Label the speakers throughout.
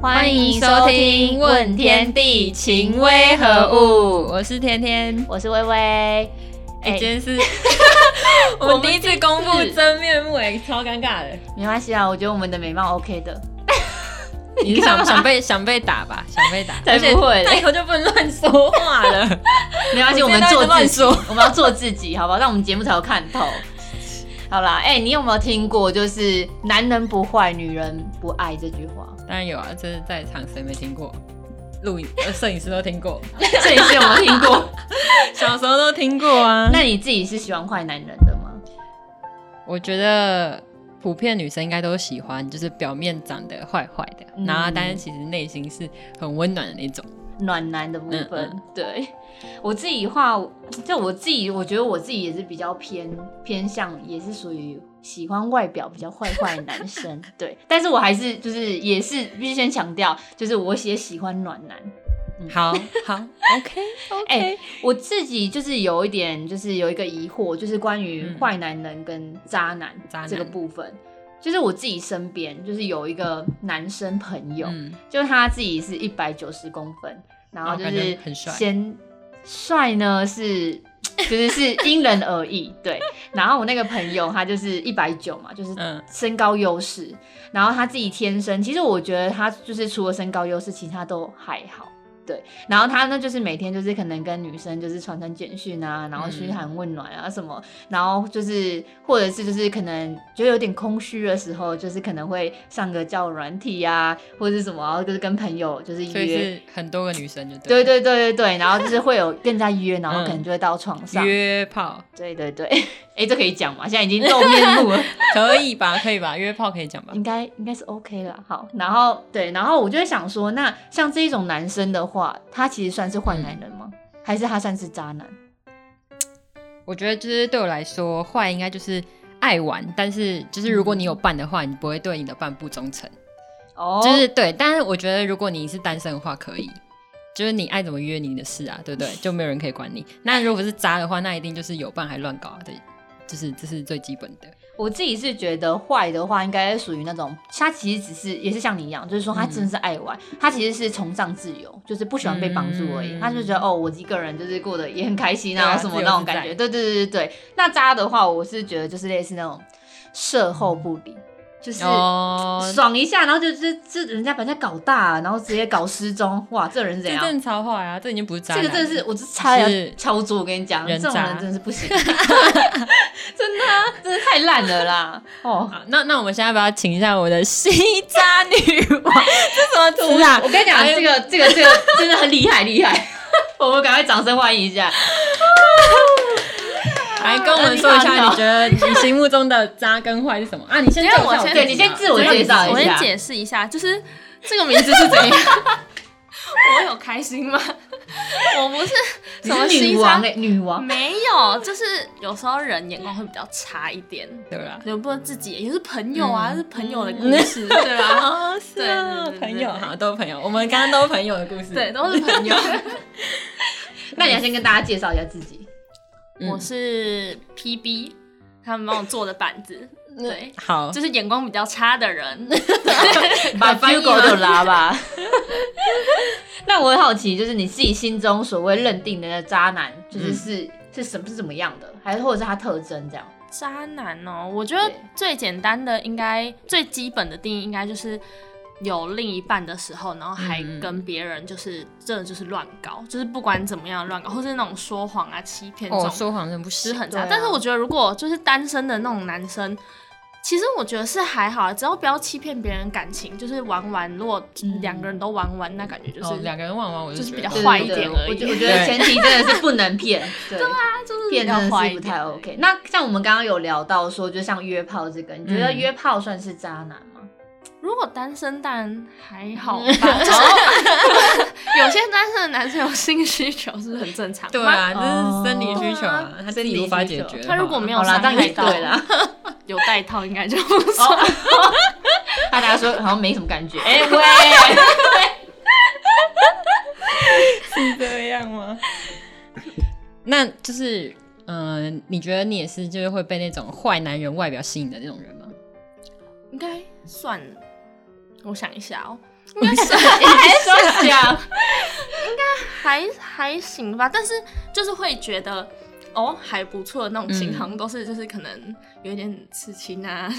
Speaker 1: 欢迎收听《问天地情为何物》，我是天天。
Speaker 2: 我是微微。哎、
Speaker 1: 哎、今天是 我们第一次公布真面目，哎，超尴尬的。
Speaker 2: 没关系啊，我觉得我们的美貌 OK 的。
Speaker 1: 你是想 想被想被打吧？想被打？
Speaker 2: 才
Speaker 1: 而且
Speaker 2: 不会嘞
Speaker 1: 那以后就不能乱说话 了。
Speaker 2: 没关系，
Speaker 1: 我
Speaker 2: 我们
Speaker 1: 今天
Speaker 2: 做
Speaker 1: 都一
Speaker 2: 自
Speaker 1: 直
Speaker 2: 己， 我们要做自己，好不好？让我们节目才有看头。好啦，哎、你有没有听过就是“男人不坏，女人不爱”这句话？
Speaker 1: 当然有啊，这是在场谁没听过？录影呃摄影师都听过，
Speaker 2: 这里是有没有听过？
Speaker 1: 小时候都听过啊。
Speaker 2: 那你自己是喜欢坏男人的吗？
Speaker 1: 我觉得普遍女生应该都喜欢，就是表面长得坏坏的，
Speaker 2: 嗯
Speaker 1: 然后但是其实内心是很温暖的那种。
Speaker 2: 暖男的部分。
Speaker 1: 嗯
Speaker 2: 对我自己的话，就我自己，我觉得我自己也是比较偏偏向，也是属于喜欢外表比较坏坏的男 生。对，但是我还是就是也是必须先强调，就是我也喜欢暖男。
Speaker 1: 好好，OK OK，、
Speaker 2: 哎我自己就是有一点，就是有一个疑惑，就是关于坏男人跟渣男
Speaker 1: 渣男
Speaker 2: 这个部分。就是我自己身边，就是有一个男生朋友，
Speaker 1: 嗯，
Speaker 2: 就他自己是一百九十公分，然后
Speaker 1: 哦
Speaker 2: 就
Speaker 1: 感
Speaker 2: 是
Speaker 1: 觉很帅
Speaker 2: 先帅呢是。就是是因人而异，对。然后我那个朋友他就是一百九嘛，就是
Speaker 1: 嗯
Speaker 2: 身高优势。然后他自己天生，其实我觉得他就是除了身高优势，其他都还好，对。然后他呢，就是每天就是可能跟女生就是传传简讯啊，然后嘘
Speaker 1: 嗯
Speaker 2: 寒问暖啊什么，然后就是，或者是就是可能觉得有点空虚的时候，就是可能会上个交友软体啊，或者是什么，然后就是跟朋友就是
Speaker 1: 所以
Speaker 2: 约，
Speaker 1: 是很多个女生就
Speaker 2: 对
Speaker 1: 对
Speaker 2: 对
Speaker 1: 了
Speaker 2: 对对对，然后就是会有跟人家约，然后可能就会到床上，
Speaker 1: 嗯约炮
Speaker 2: 对对对， 哎、这可以讲吗？现在已经 露面目了。
Speaker 1: 可以吧？可以吧？约炮可以讲吧？
Speaker 2: 应该应该是 OK 啦。好，然后对，然后我就会想说，那像这一种男生的话，他其实算是坏男人吗？还是他算是渣男？
Speaker 1: 我觉得就是对我来说，坏应该就是爱玩，但是就是如果你有伴的话，你不会对你的伴不忠诚，
Speaker 2: 哦
Speaker 1: 就是对。但是我觉得如果你是单身的话，可以。就是你爱怎么约你的事啊，对不对？就没有人可以管你。那如果是渣的话，那一定就是有伴还乱搞，啊对，就是这是最基本的。
Speaker 2: 我自己是觉得坏的话，应该属于那种他其实只是也是像你一样，就是说他真的是爱玩，他其实是崇尚自由，就是不喜欢被绑住而已。
Speaker 1: 嗯
Speaker 2: 他就觉得哦，我一个人就是过得也很开心
Speaker 1: 对
Speaker 2: 啊，
Speaker 1: 啊
Speaker 2: 什么
Speaker 1: 自由
Speaker 2: 那种
Speaker 1: 自
Speaker 2: 感
Speaker 1: 在
Speaker 2: 觉。对对对对对。那渣的话，我是觉得就是类似那种售后不理，就是
Speaker 1: 哦，
Speaker 2: 爽一下，然后就这这人家把人家搞大了，然后直接搞失踪，哇，这人是怎
Speaker 1: 这
Speaker 2: 样？
Speaker 1: 真的超坏啊！这已经不是渣
Speaker 2: 这
Speaker 1: 男
Speaker 2: 个
Speaker 1: 了，
Speaker 2: 真的是，我是差点
Speaker 1: 是
Speaker 2: 要敲桌，我跟你讲，这
Speaker 1: 人
Speaker 2: 种
Speaker 1: 渣
Speaker 2: 人真的是不 行，真的啊、真的太烂了啦！哦，
Speaker 1: 好，那那我们现在把它请一下我的新渣女王，这什么词啊？
Speaker 2: 我跟你讲，
Speaker 1: 哎呦
Speaker 2: 这个这个这个真的很厉害厉害， 我们赶快掌声欢迎一下。
Speaker 1: 来跟我们说一
Speaker 2: 啊你
Speaker 1: 下，
Speaker 2: 好
Speaker 1: 你觉得你心目中的渣跟坏是什么啊？你先
Speaker 3: 因
Speaker 1: 介
Speaker 3: 为
Speaker 1: 绍
Speaker 3: 我
Speaker 1: 一下自
Speaker 3: 先
Speaker 1: 己啊，
Speaker 2: 对你先自我介绍一下
Speaker 3: 我先解释一下，就是这个名字是怎样？我有开 心吗？我不是
Speaker 2: 你
Speaker 3: 什么
Speaker 2: 是
Speaker 3: 新
Speaker 2: 女
Speaker 3: 生
Speaker 2: 王哎、女王，
Speaker 1: 嗯
Speaker 3: 没有，就是有时候人眼光会比较差一点，
Speaker 1: 对啦。
Speaker 3: 就不是自己，也是朋友啊，
Speaker 1: 嗯
Speaker 3: 是朋友的故事，
Speaker 2: 嗯
Speaker 3: 对吧？
Speaker 1: 哦，是啊，
Speaker 3: 对对对对
Speaker 1: 朋友，
Speaker 3: 对
Speaker 1: 好，都是朋友。我们刚刚都是朋友的故事。
Speaker 3: 对，，都是朋友。
Speaker 2: 那你要先跟大家介绍一下自己。
Speaker 1: 嗯
Speaker 3: 我是 PB，他们帮我做的板子，
Speaker 2: 嗯
Speaker 3: 对，
Speaker 1: 好
Speaker 3: 就，是眼光比较差的人。
Speaker 2: 把
Speaker 3: 翻译
Speaker 2: Hugo
Speaker 3: 吗
Speaker 2: 就拉吧。 那我很好奇，就是你自己心中所谓认定的渣男，就是
Speaker 1: 嗯
Speaker 2: 是、是什么是怎么样的，还是或者是他特征这样？
Speaker 3: 渣男哦，我觉得
Speaker 2: 对
Speaker 3: 最简单的应该最基本的定义应该就是有另一半的时候，然后还
Speaker 1: 嗯嗯
Speaker 3: 跟别人就是真的就是乱搞，就是不管怎么样乱搞，或是那种说谎啊、欺骗这
Speaker 1: 哦，
Speaker 3: 种，
Speaker 1: 说谎真不
Speaker 3: 其实
Speaker 1: 行。
Speaker 3: 很渣。
Speaker 2: 对啊
Speaker 3: 但是我觉得如果就是单身的那种男生。其实我觉得是还好，啊只要不要欺骗别人感情，就是玩玩。如果
Speaker 2: 嗯
Speaker 3: 两个人都玩玩，那感觉就是、
Speaker 1: 哦，两个人玩玩，我
Speaker 3: 就是
Speaker 1: 觉
Speaker 3: 比
Speaker 1: 得
Speaker 3: 较坏一
Speaker 2: 对
Speaker 3: 点
Speaker 2: 对对
Speaker 3: 而已
Speaker 2: 我觉我觉得
Speaker 1: 对
Speaker 2: 前提真的是不能骗， 对啊，
Speaker 3: 就是
Speaker 2: 骗
Speaker 3: 比较
Speaker 2: 真的
Speaker 3: 坏
Speaker 2: 是
Speaker 3: 一
Speaker 2: 不
Speaker 3: 点
Speaker 2: 太
Speaker 3: 而已
Speaker 2: OK。那像我们刚刚有聊到说，就像约炮这个，你觉得
Speaker 1: 嗯
Speaker 2: 约炮算是渣男吗？
Speaker 3: 如果单身当然还 好吧，
Speaker 2: 哦
Speaker 3: 就是 有些单身的男生有性需求是不是很正常？
Speaker 1: 对啊，
Speaker 2: 哦
Speaker 1: 这是生理需求啊，他自己无法解
Speaker 2: 生
Speaker 1: 决
Speaker 2: 理需
Speaker 1: 的
Speaker 2: 求
Speaker 1: 话。
Speaker 3: 他如果没有
Speaker 2: 好啦
Speaker 3: 伤，
Speaker 2: 当然
Speaker 3: 害
Speaker 2: 也
Speaker 3: 到，
Speaker 2: 对啦。
Speaker 3: 有带套应该就不算。
Speaker 2: 大家说好像没什么感 觉，哎、 喂，
Speaker 1: 是这样吗？ 那就是，嗯、你觉得你也是就是会被那种坏男人外表吸引的那种人吗？
Speaker 3: 应该算。我想一下哦，应 该是
Speaker 2: 还是讲，
Speaker 3: 还还行吧，但是就是会觉得哦还不错的那种型，
Speaker 1: 嗯
Speaker 3: 好像都是就是可能有一点刺青啊，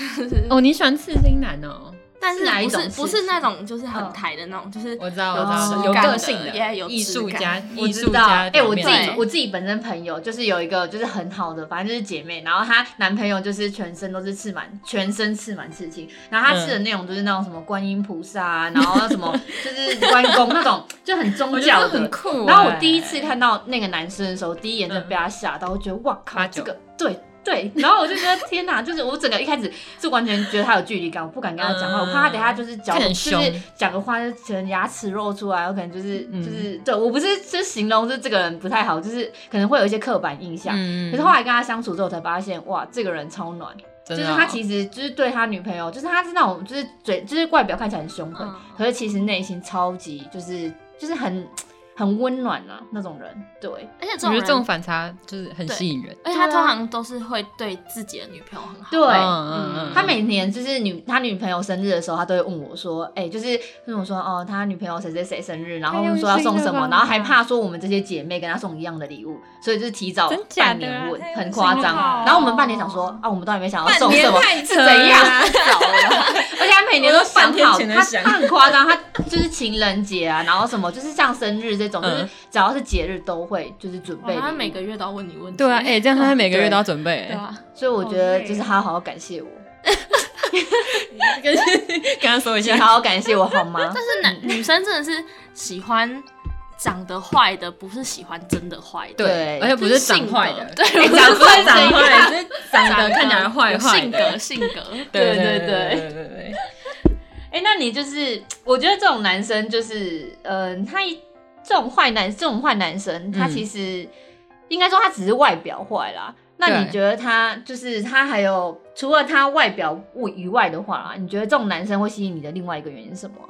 Speaker 1: 哦，你喜欢刺青男哦？
Speaker 3: 但是
Speaker 2: 是哪一
Speaker 3: 不
Speaker 2: 种
Speaker 3: 是
Speaker 2: 刺
Speaker 3: 不是
Speaker 2: 青
Speaker 3: 那种就是很
Speaker 2: 嗯
Speaker 3: 台的那种，就是
Speaker 1: 我知道，
Speaker 3: 有
Speaker 1: 我知道，
Speaker 3: 质
Speaker 1: 有
Speaker 3: 感
Speaker 1: 个
Speaker 3: 的
Speaker 1: 性的，
Speaker 3: 也有
Speaker 1: 艺
Speaker 3: 质
Speaker 1: 术
Speaker 3: 感
Speaker 1: 家，
Speaker 2: 我
Speaker 1: 艺
Speaker 2: 知
Speaker 1: 术
Speaker 2: 道。
Speaker 1: 家
Speaker 2: 哎、
Speaker 1: 表
Speaker 2: 我自
Speaker 1: 面
Speaker 3: 对
Speaker 2: 己我自己本身朋友就是有一个就是很好的，反正就是姐妹，然后她男朋友就是全身都是刺满，全身刺满刺青，然后她
Speaker 1: 嗯
Speaker 2: 刺的内容就是那种什么观音菩萨、啊，然后什么 就是关公那种，就很欸宗
Speaker 1: 我觉
Speaker 2: 教
Speaker 1: 得
Speaker 2: 的
Speaker 1: 很。酷、
Speaker 2: 然后我第一次，看到那个男生的时候，第一眼就被他吓到，我觉得哇靠，
Speaker 1: 八九
Speaker 2: 这个对对。然后我就觉得天哪，就是我整个一开始是完全觉得他有距离感，我不敢跟他讲话，
Speaker 1: 嗯
Speaker 2: 我怕他等下就是讲
Speaker 1: 看起来
Speaker 2: 就
Speaker 1: 很
Speaker 2: 是
Speaker 1: 凶
Speaker 2: 讲个话就可能牙齿露出来，我可能就是
Speaker 1: 嗯
Speaker 2: 就是对我不是就形容是这个人不太好，就是可能会有一些刻板印象。
Speaker 1: 嗯
Speaker 2: 可是后来跟他相处之后，才发现哇，这个人超暖，
Speaker 1: 就
Speaker 2: 就是他其实就是对他女朋友，就是他是那种就是嘴就是外表看起来很凶狠，
Speaker 3: 嗯
Speaker 2: 可是其实内心超级就是就是很很温暖啊那种人，对，
Speaker 3: 而且这
Speaker 1: 我觉
Speaker 3: 种
Speaker 1: 得
Speaker 3: 人
Speaker 1: 这种反差就是很
Speaker 3: 对
Speaker 1: 吸引人。
Speaker 3: 而且他
Speaker 2: 对啊
Speaker 3: 通常都是会对自己的女朋友很好。
Speaker 2: 对
Speaker 1: 嗯嗯嗯
Speaker 2: 他每年就是女他女朋友生日的时候，他都会问我说，哎、就是问我说，哦，他女朋友谁谁谁生日，然后问说要送什么，然后还怕说我们这些姐妹跟他送一样的礼物，所以就是提早
Speaker 1: 真假
Speaker 2: 半
Speaker 1: 的啊
Speaker 2: 年问
Speaker 1: 太，
Speaker 2: 很
Speaker 1: 用
Speaker 2: 夸
Speaker 1: 心
Speaker 2: 张
Speaker 1: 了。
Speaker 2: 然后我们半年想说，啊，我们到底没想要送
Speaker 1: 哦半
Speaker 2: 什
Speaker 1: 年啊
Speaker 2: 么，
Speaker 1: 太
Speaker 2: 是
Speaker 1: 扯
Speaker 2: 怎 样？
Speaker 1: 了
Speaker 2: 早了 而且他每年都想
Speaker 1: 半天
Speaker 2: 好，
Speaker 1: 前
Speaker 2: 他
Speaker 1: 在想
Speaker 2: 他很夸张，他就是情人节啊，然后什么就是像生日这种，就是
Speaker 1: 嗯
Speaker 2: 只要是节日都会就是准
Speaker 3: 哇
Speaker 2: 备
Speaker 3: 哦他
Speaker 2: 礼物
Speaker 3: 每个月都要问你问题。
Speaker 1: 对啊，哎、这样他每个月
Speaker 2: 对
Speaker 1: 都要准备、
Speaker 3: 对啊，
Speaker 2: 所以我觉
Speaker 3: 好
Speaker 2: 得
Speaker 3: 累
Speaker 2: 就是他要好好感谢我，
Speaker 1: 跟跟他说一
Speaker 2: 请
Speaker 1: 下。
Speaker 2: 好好感谢我好 吗？
Speaker 3: 但是男女生真的是喜欢长得坏的，不是喜欢真的坏的。
Speaker 2: 对
Speaker 1: 而且不
Speaker 3: 就是性
Speaker 1: 长
Speaker 3: 格
Speaker 1: 坏的，
Speaker 3: 对
Speaker 1: 不是
Speaker 2: 长坏
Speaker 1: 长
Speaker 2: 怎
Speaker 1: 坏，
Speaker 2: 样
Speaker 1: 是长得看起来坏
Speaker 3: 有
Speaker 1: 坏
Speaker 3: 性
Speaker 1: 的
Speaker 3: 格，。性格。
Speaker 2: 对
Speaker 1: 对对
Speaker 2: 对
Speaker 1: 对对对。
Speaker 2: 哎、那你就是，我觉得这种男生就是，嗯、他一这种坏男，这种坏男生，他
Speaker 1: 嗯
Speaker 2: 其实、应该说他只是外表坏啦。那你
Speaker 1: 对
Speaker 2: 觉得他就是他还有除了他外表物以外的话啦，你觉得这种男生会吸引你的另外一个原因是什么啊？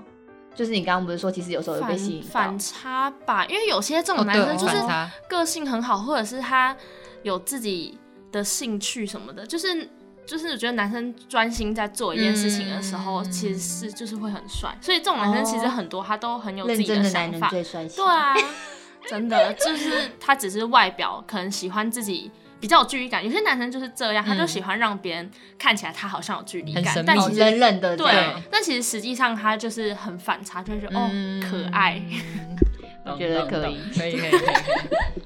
Speaker 2: 就是你刚刚不是说，其实有时候有被吸引
Speaker 3: 反
Speaker 2: 到
Speaker 3: 反差吧，因为有些这
Speaker 1: 哦，
Speaker 3: 种男
Speaker 1: 对，
Speaker 3: 生就是
Speaker 1: 反差，
Speaker 3: 个性很好，或者是他有自己的兴趣什么的，就是就是我觉得男生专心在做一件事情的时候，
Speaker 1: 嗯
Speaker 3: 其实是就是会很帅，所以这种男生其实很多他都很有自
Speaker 2: 认
Speaker 3: 己
Speaker 2: 真的男
Speaker 3: 想
Speaker 2: 人
Speaker 3: 法，
Speaker 2: 最帅气。
Speaker 3: 对啊，真的就是他只是外表可能喜欢自己。比较有距离感，有些男生就是这样，他就
Speaker 1: 嗯
Speaker 3: 喜欢让别人看起来他好像有距离
Speaker 1: 很
Speaker 3: 感
Speaker 1: 神，
Speaker 3: 但
Speaker 1: 秘
Speaker 2: 哦，
Speaker 3: 其实
Speaker 2: 冷冷的这
Speaker 3: 对
Speaker 2: 样，，
Speaker 3: 但其实实际上他就是很反差，就会觉得、
Speaker 1: 嗯
Speaker 3: 哦 可爱，
Speaker 1: 懂
Speaker 2: 我觉得
Speaker 1: 懂
Speaker 2: 可
Speaker 1: 懂
Speaker 2: 以
Speaker 1: 可以， 可以，可 以。可以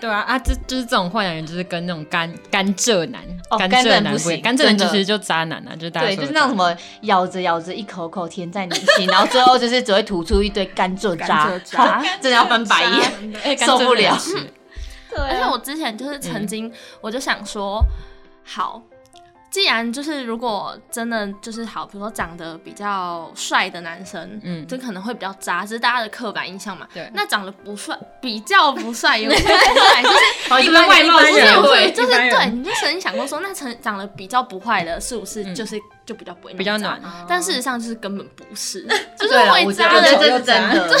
Speaker 1: 对啊，啊，这就是这种坏男人，就是跟那种甘甘蔗男、
Speaker 2: 哦
Speaker 1: 甘
Speaker 2: 甘蔗
Speaker 1: 蔗
Speaker 2: 不
Speaker 1: 男一
Speaker 2: 行
Speaker 1: 样甘蔗男
Speaker 2: 真
Speaker 1: 其
Speaker 2: 的
Speaker 1: 实就渣男啊，就是大家
Speaker 2: 对，就
Speaker 1: 说的
Speaker 2: 是那种
Speaker 1: 渣
Speaker 2: 什
Speaker 1: 男
Speaker 2: 么咬着咬着一口口填在你心，然后最后就是只会吐出一堆甘蔗渣，
Speaker 3: 甘蔗渣
Speaker 2: 真的要翻白 眼。
Speaker 1: 哎甘
Speaker 2: 受
Speaker 1: 蔗
Speaker 2: 不
Speaker 1: 男
Speaker 2: 了
Speaker 1: 是
Speaker 2: 对
Speaker 1: 嗯
Speaker 3: 而且我之前就是曾经，我就想说，好，既然就是如果真的就是好，比如说长得比较帅的男生，
Speaker 1: 嗯
Speaker 3: 就可能会比较渣，这是大家的刻板印象嘛。
Speaker 1: 对
Speaker 3: 那长得不帅，比较不帅， 也不是不帅，就是
Speaker 2: 好，是不是外貌
Speaker 1: 一般
Speaker 3: 不
Speaker 1: 人
Speaker 3: 是
Speaker 2: 协
Speaker 3: 不
Speaker 2: 会
Speaker 3: 是，就是
Speaker 1: 一般人
Speaker 3: 对，你就曾经想过说，那成长得比较不坏的，是不是
Speaker 1: 嗯
Speaker 3: 就是就比较不会那么
Speaker 1: 比较
Speaker 3: 渣
Speaker 1: 暖？啊
Speaker 3: 但事实上就是根本不是，就是
Speaker 2: 对啦啊
Speaker 3: 会
Speaker 2: 我
Speaker 3: 渣
Speaker 2: 觉得
Speaker 3: 的
Speaker 2: 这
Speaker 1: 又
Speaker 2: 是真
Speaker 1: 渣
Speaker 2: 的。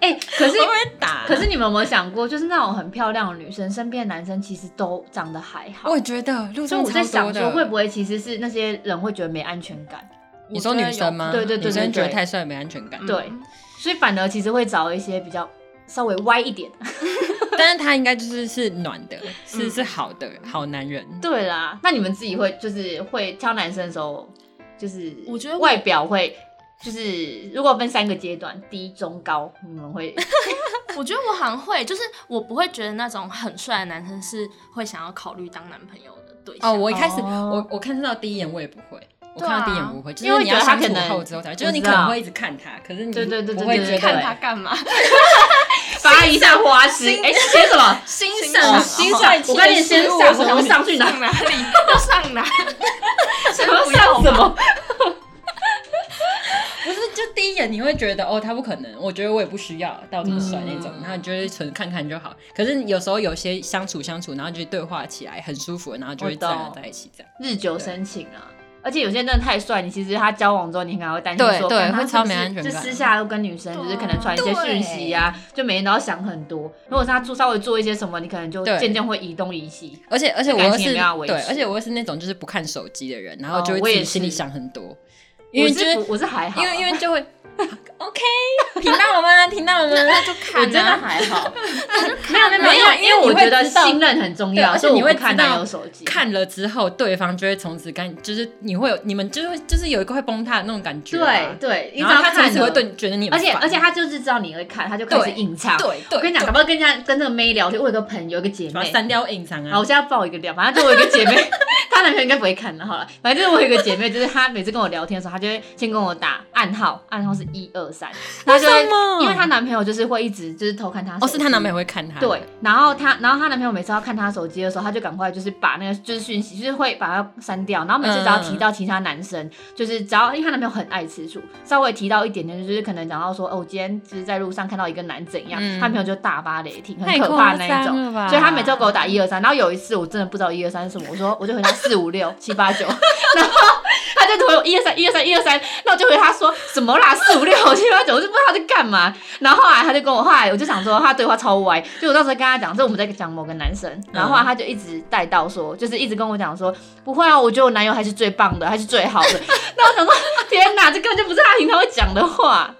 Speaker 2: 哎、可是
Speaker 1: 会不会打？
Speaker 2: 可是你们有没有想过，就是那种很漂亮的女生身边的男生其实都长得还好
Speaker 1: 我。也觉得
Speaker 2: 所
Speaker 1: 路
Speaker 2: 以
Speaker 1: 上
Speaker 2: 我在
Speaker 1: 超
Speaker 2: 想
Speaker 1: 多
Speaker 2: 说，会
Speaker 1: 的。
Speaker 2: 不会其实是那些人会觉得没安全感？
Speaker 1: 你说女生吗？
Speaker 2: 对对对
Speaker 1: 女生
Speaker 2: 对
Speaker 1: 觉得
Speaker 2: 对
Speaker 1: 太帅没安全感。
Speaker 3: 嗯
Speaker 2: 对，所以反而其实会找一些比较稍微歪一点。
Speaker 1: 但是他应该就是是暖的，
Speaker 2: 嗯
Speaker 1: 是是好的好男人。
Speaker 2: 对啦，那你们自己会就是会挑男生的时候，就是
Speaker 3: 我觉得我
Speaker 2: 外表会就是如果分三个阶段，低、中、高，你们 会
Speaker 3: 我觉得我好像会，就是我不会觉得那种很帅的男生是会想要考虑当男朋友的对象。
Speaker 1: 哦，我一开始
Speaker 2: 哦
Speaker 1: 我我看到第一眼我也不会，我
Speaker 3: 对
Speaker 1: 看
Speaker 3: 啊
Speaker 1: 到第一眼不会，就
Speaker 2: 因
Speaker 1: 是
Speaker 2: 为
Speaker 1: 你要
Speaker 2: 觉得他
Speaker 1: 相
Speaker 2: 可
Speaker 1: 处
Speaker 2: 能
Speaker 1: 后之后才，就
Speaker 2: 我
Speaker 1: 是你
Speaker 2: 知
Speaker 1: 可能
Speaker 2: 道
Speaker 1: 会一直看他，可是你
Speaker 2: 对对对对
Speaker 1: 不会
Speaker 2: 对
Speaker 1: 觉
Speaker 2: 对
Speaker 3: 看
Speaker 1: 得
Speaker 3: 他干嘛？
Speaker 2: 发一下花痴。哎，写什么？
Speaker 3: 欣
Speaker 2: 赏哦
Speaker 3: 赏
Speaker 2: 欣赏我跟你先上我想上去哪
Speaker 3: 上哪里？要上 哪？
Speaker 2: 什么上什么？
Speaker 1: 不是，就第一眼你会觉得哦，他不可能，我觉得我也不需要到这么帅那种，
Speaker 3: 嗯
Speaker 1: 然后你就会纯看看就好。可是有时候有些相处相处，然后就对话起来很舒服，然后就会
Speaker 2: 我
Speaker 1: 自
Speaker 2: 懂
Speaker 1: 然地在一起这样。
Speaker 2: 日久生情啊。而且有些真的太帅，你其实他交往之后，你可能还会担心
Speaker 1: 对
Speaker 2: 说，
Speaker 1: 对
Speaker 2: 看他
Speaker 1: 会
Speaker 2: 是
Speaker 1: 超
Speaker 2: 不是
Speaker 1: 没安全感
Speaker 2: 就私下又跟女生，就是可能传一些讯息啊，就每天都要想很多。如果是他做稍微做一些什么，你可能就
Speaker 1: 对
Speaker 2: 渐渐会移东移西。
Speaker 1: 而且而且我
Speaker 2: 感
Speaker 1: 又
Speaker 2: 情啊也
Speaker 1: 是
Speaker 2: 没办法维
Speaker 1: 对，
Speaker 2: 持
Speaker 1: 而且我又是那种就是不看手机的人，然后
Speaker 2: 哦
Speaker 1: 就
Speaker 2: 我
Speaker 1: 会
Speaker 2: 也
Speaker 1: 自己心里
Speaker 2: 是
Speaker 1: 想很多，因为
Speaker 2: 我
Speaker 1: 就是是
Speaker 2: 不我是还好啊，
Speaker 1: 因为因为就会 OK，听 到了吗？听到了吗？
Speaker 3: 那就
Speaker 2: 我
Speaker 3: 看
Speaker 2: 真的
Speaker 3: 啊，
Speaker 2: 还 好，
Speaker 1: 没有没有
Speaker 2: 没有，
Speaker 1: 因
Speaker 2: 因为我
Speaker 1: 你会
Speaker 2: 觉得
Speaker 1: 知道
Speaker 2: 信任很重
Speaker 1: 对
Speaker 2: 要，
Speaker 1: 而且
Speaker 2: 所以
Speaker 1: 你
Speaker 2: 我
Speaker 1: 会
Speaker 2: 不看
Speaker 1: 知道
Speaker 2: 男友手机。
Speaker 1: 看了之后，对方就会从此跟，就是你会有你们就会就是有一个会崩塌的那种感觉、
Speaker 2: 对
Speaker 1: 啊。
Speaker 2: 对，你只
Speaker 1: 然后
Speaker 2: 要
Speaker 1: 他从
Speaker 2: 看
Speaker 1: 此
Speaker 2: 了
Speaker 1: 会对，你觉得你很
Speaker 2: 而且
Speaker 1: 烦
Speaker 2: 而且他就是知道你会看，他就开始
Speaker 1: 对
Speaker 2: 隐藏。
Speaker 1: 对对，
Speaker 2: 我跟你讲，
Speaker 1: 对
Speaker 2: 搞不好跟人家跟那个妹聊天，我有个朋友，有个姐
Speaker 1: 把它
Speaker 2: 妹，
Speaker 1: 删掉隐藏
Speaker 2: 好，
Speaker 1: 啊
Speaker 2: 我。现在爆一个料，反正就我有一个姐妹， 她男朋友应该不会看的，好了，反正就是我有一个姐妹，就是她每次跟我聊天的时候，她就会先跟我打暗号，暗号是一二三，她就
Speaker 1: 为
Speaker 2: 会
Speaker 1: 什，么
Speaker 2: 因为她男朋友就是会一直就是偷看她，
Speaker 1: 哦，是她男
Speaker 2: 友。
Speaker 1: 朋友会看他。
Speaker 2: 对，然后她，然后她男朋友每次要看她手机的时候，她就赶快就是把那个就是讯息，就是会把它删掉。然后每次
Speaker 1: 嗯
Speaker 2: 只要提到其他男生，就是只要因为她男朋友很爱吃醋，稍微提到一点点，就是可能讲到说，哦，我今天就是在路上看到一个男怎样，
Speaker 1: 嗯
Speaker 2: 她男朋友就大发雷霆，很
Speaker 1: 太
Speaker 2: 可怕
Speaker 1: 夸
Speaker 2: 那一种
Speaker 1: 张。了吧？
Speaker 2: 所以他每周给我打一二三，然后有一次我真的不知道一二三是什么，我说我就回他四五六七八九， 然后他就回我一二三一二三一二三，那我就回他说什么啦四五六七八九，我就不知道他在干嘛。然后后来他就跟我，后来我就想说他对话超歪，就我当时跟他讲，这我们在讲某个男生，然后后来他就一直带到说，就是一直跟我讲说不会啊，我觉得我男友还是最棒的，还是最好的。 那我想说天哪，这根本就不是他平常会讲的话，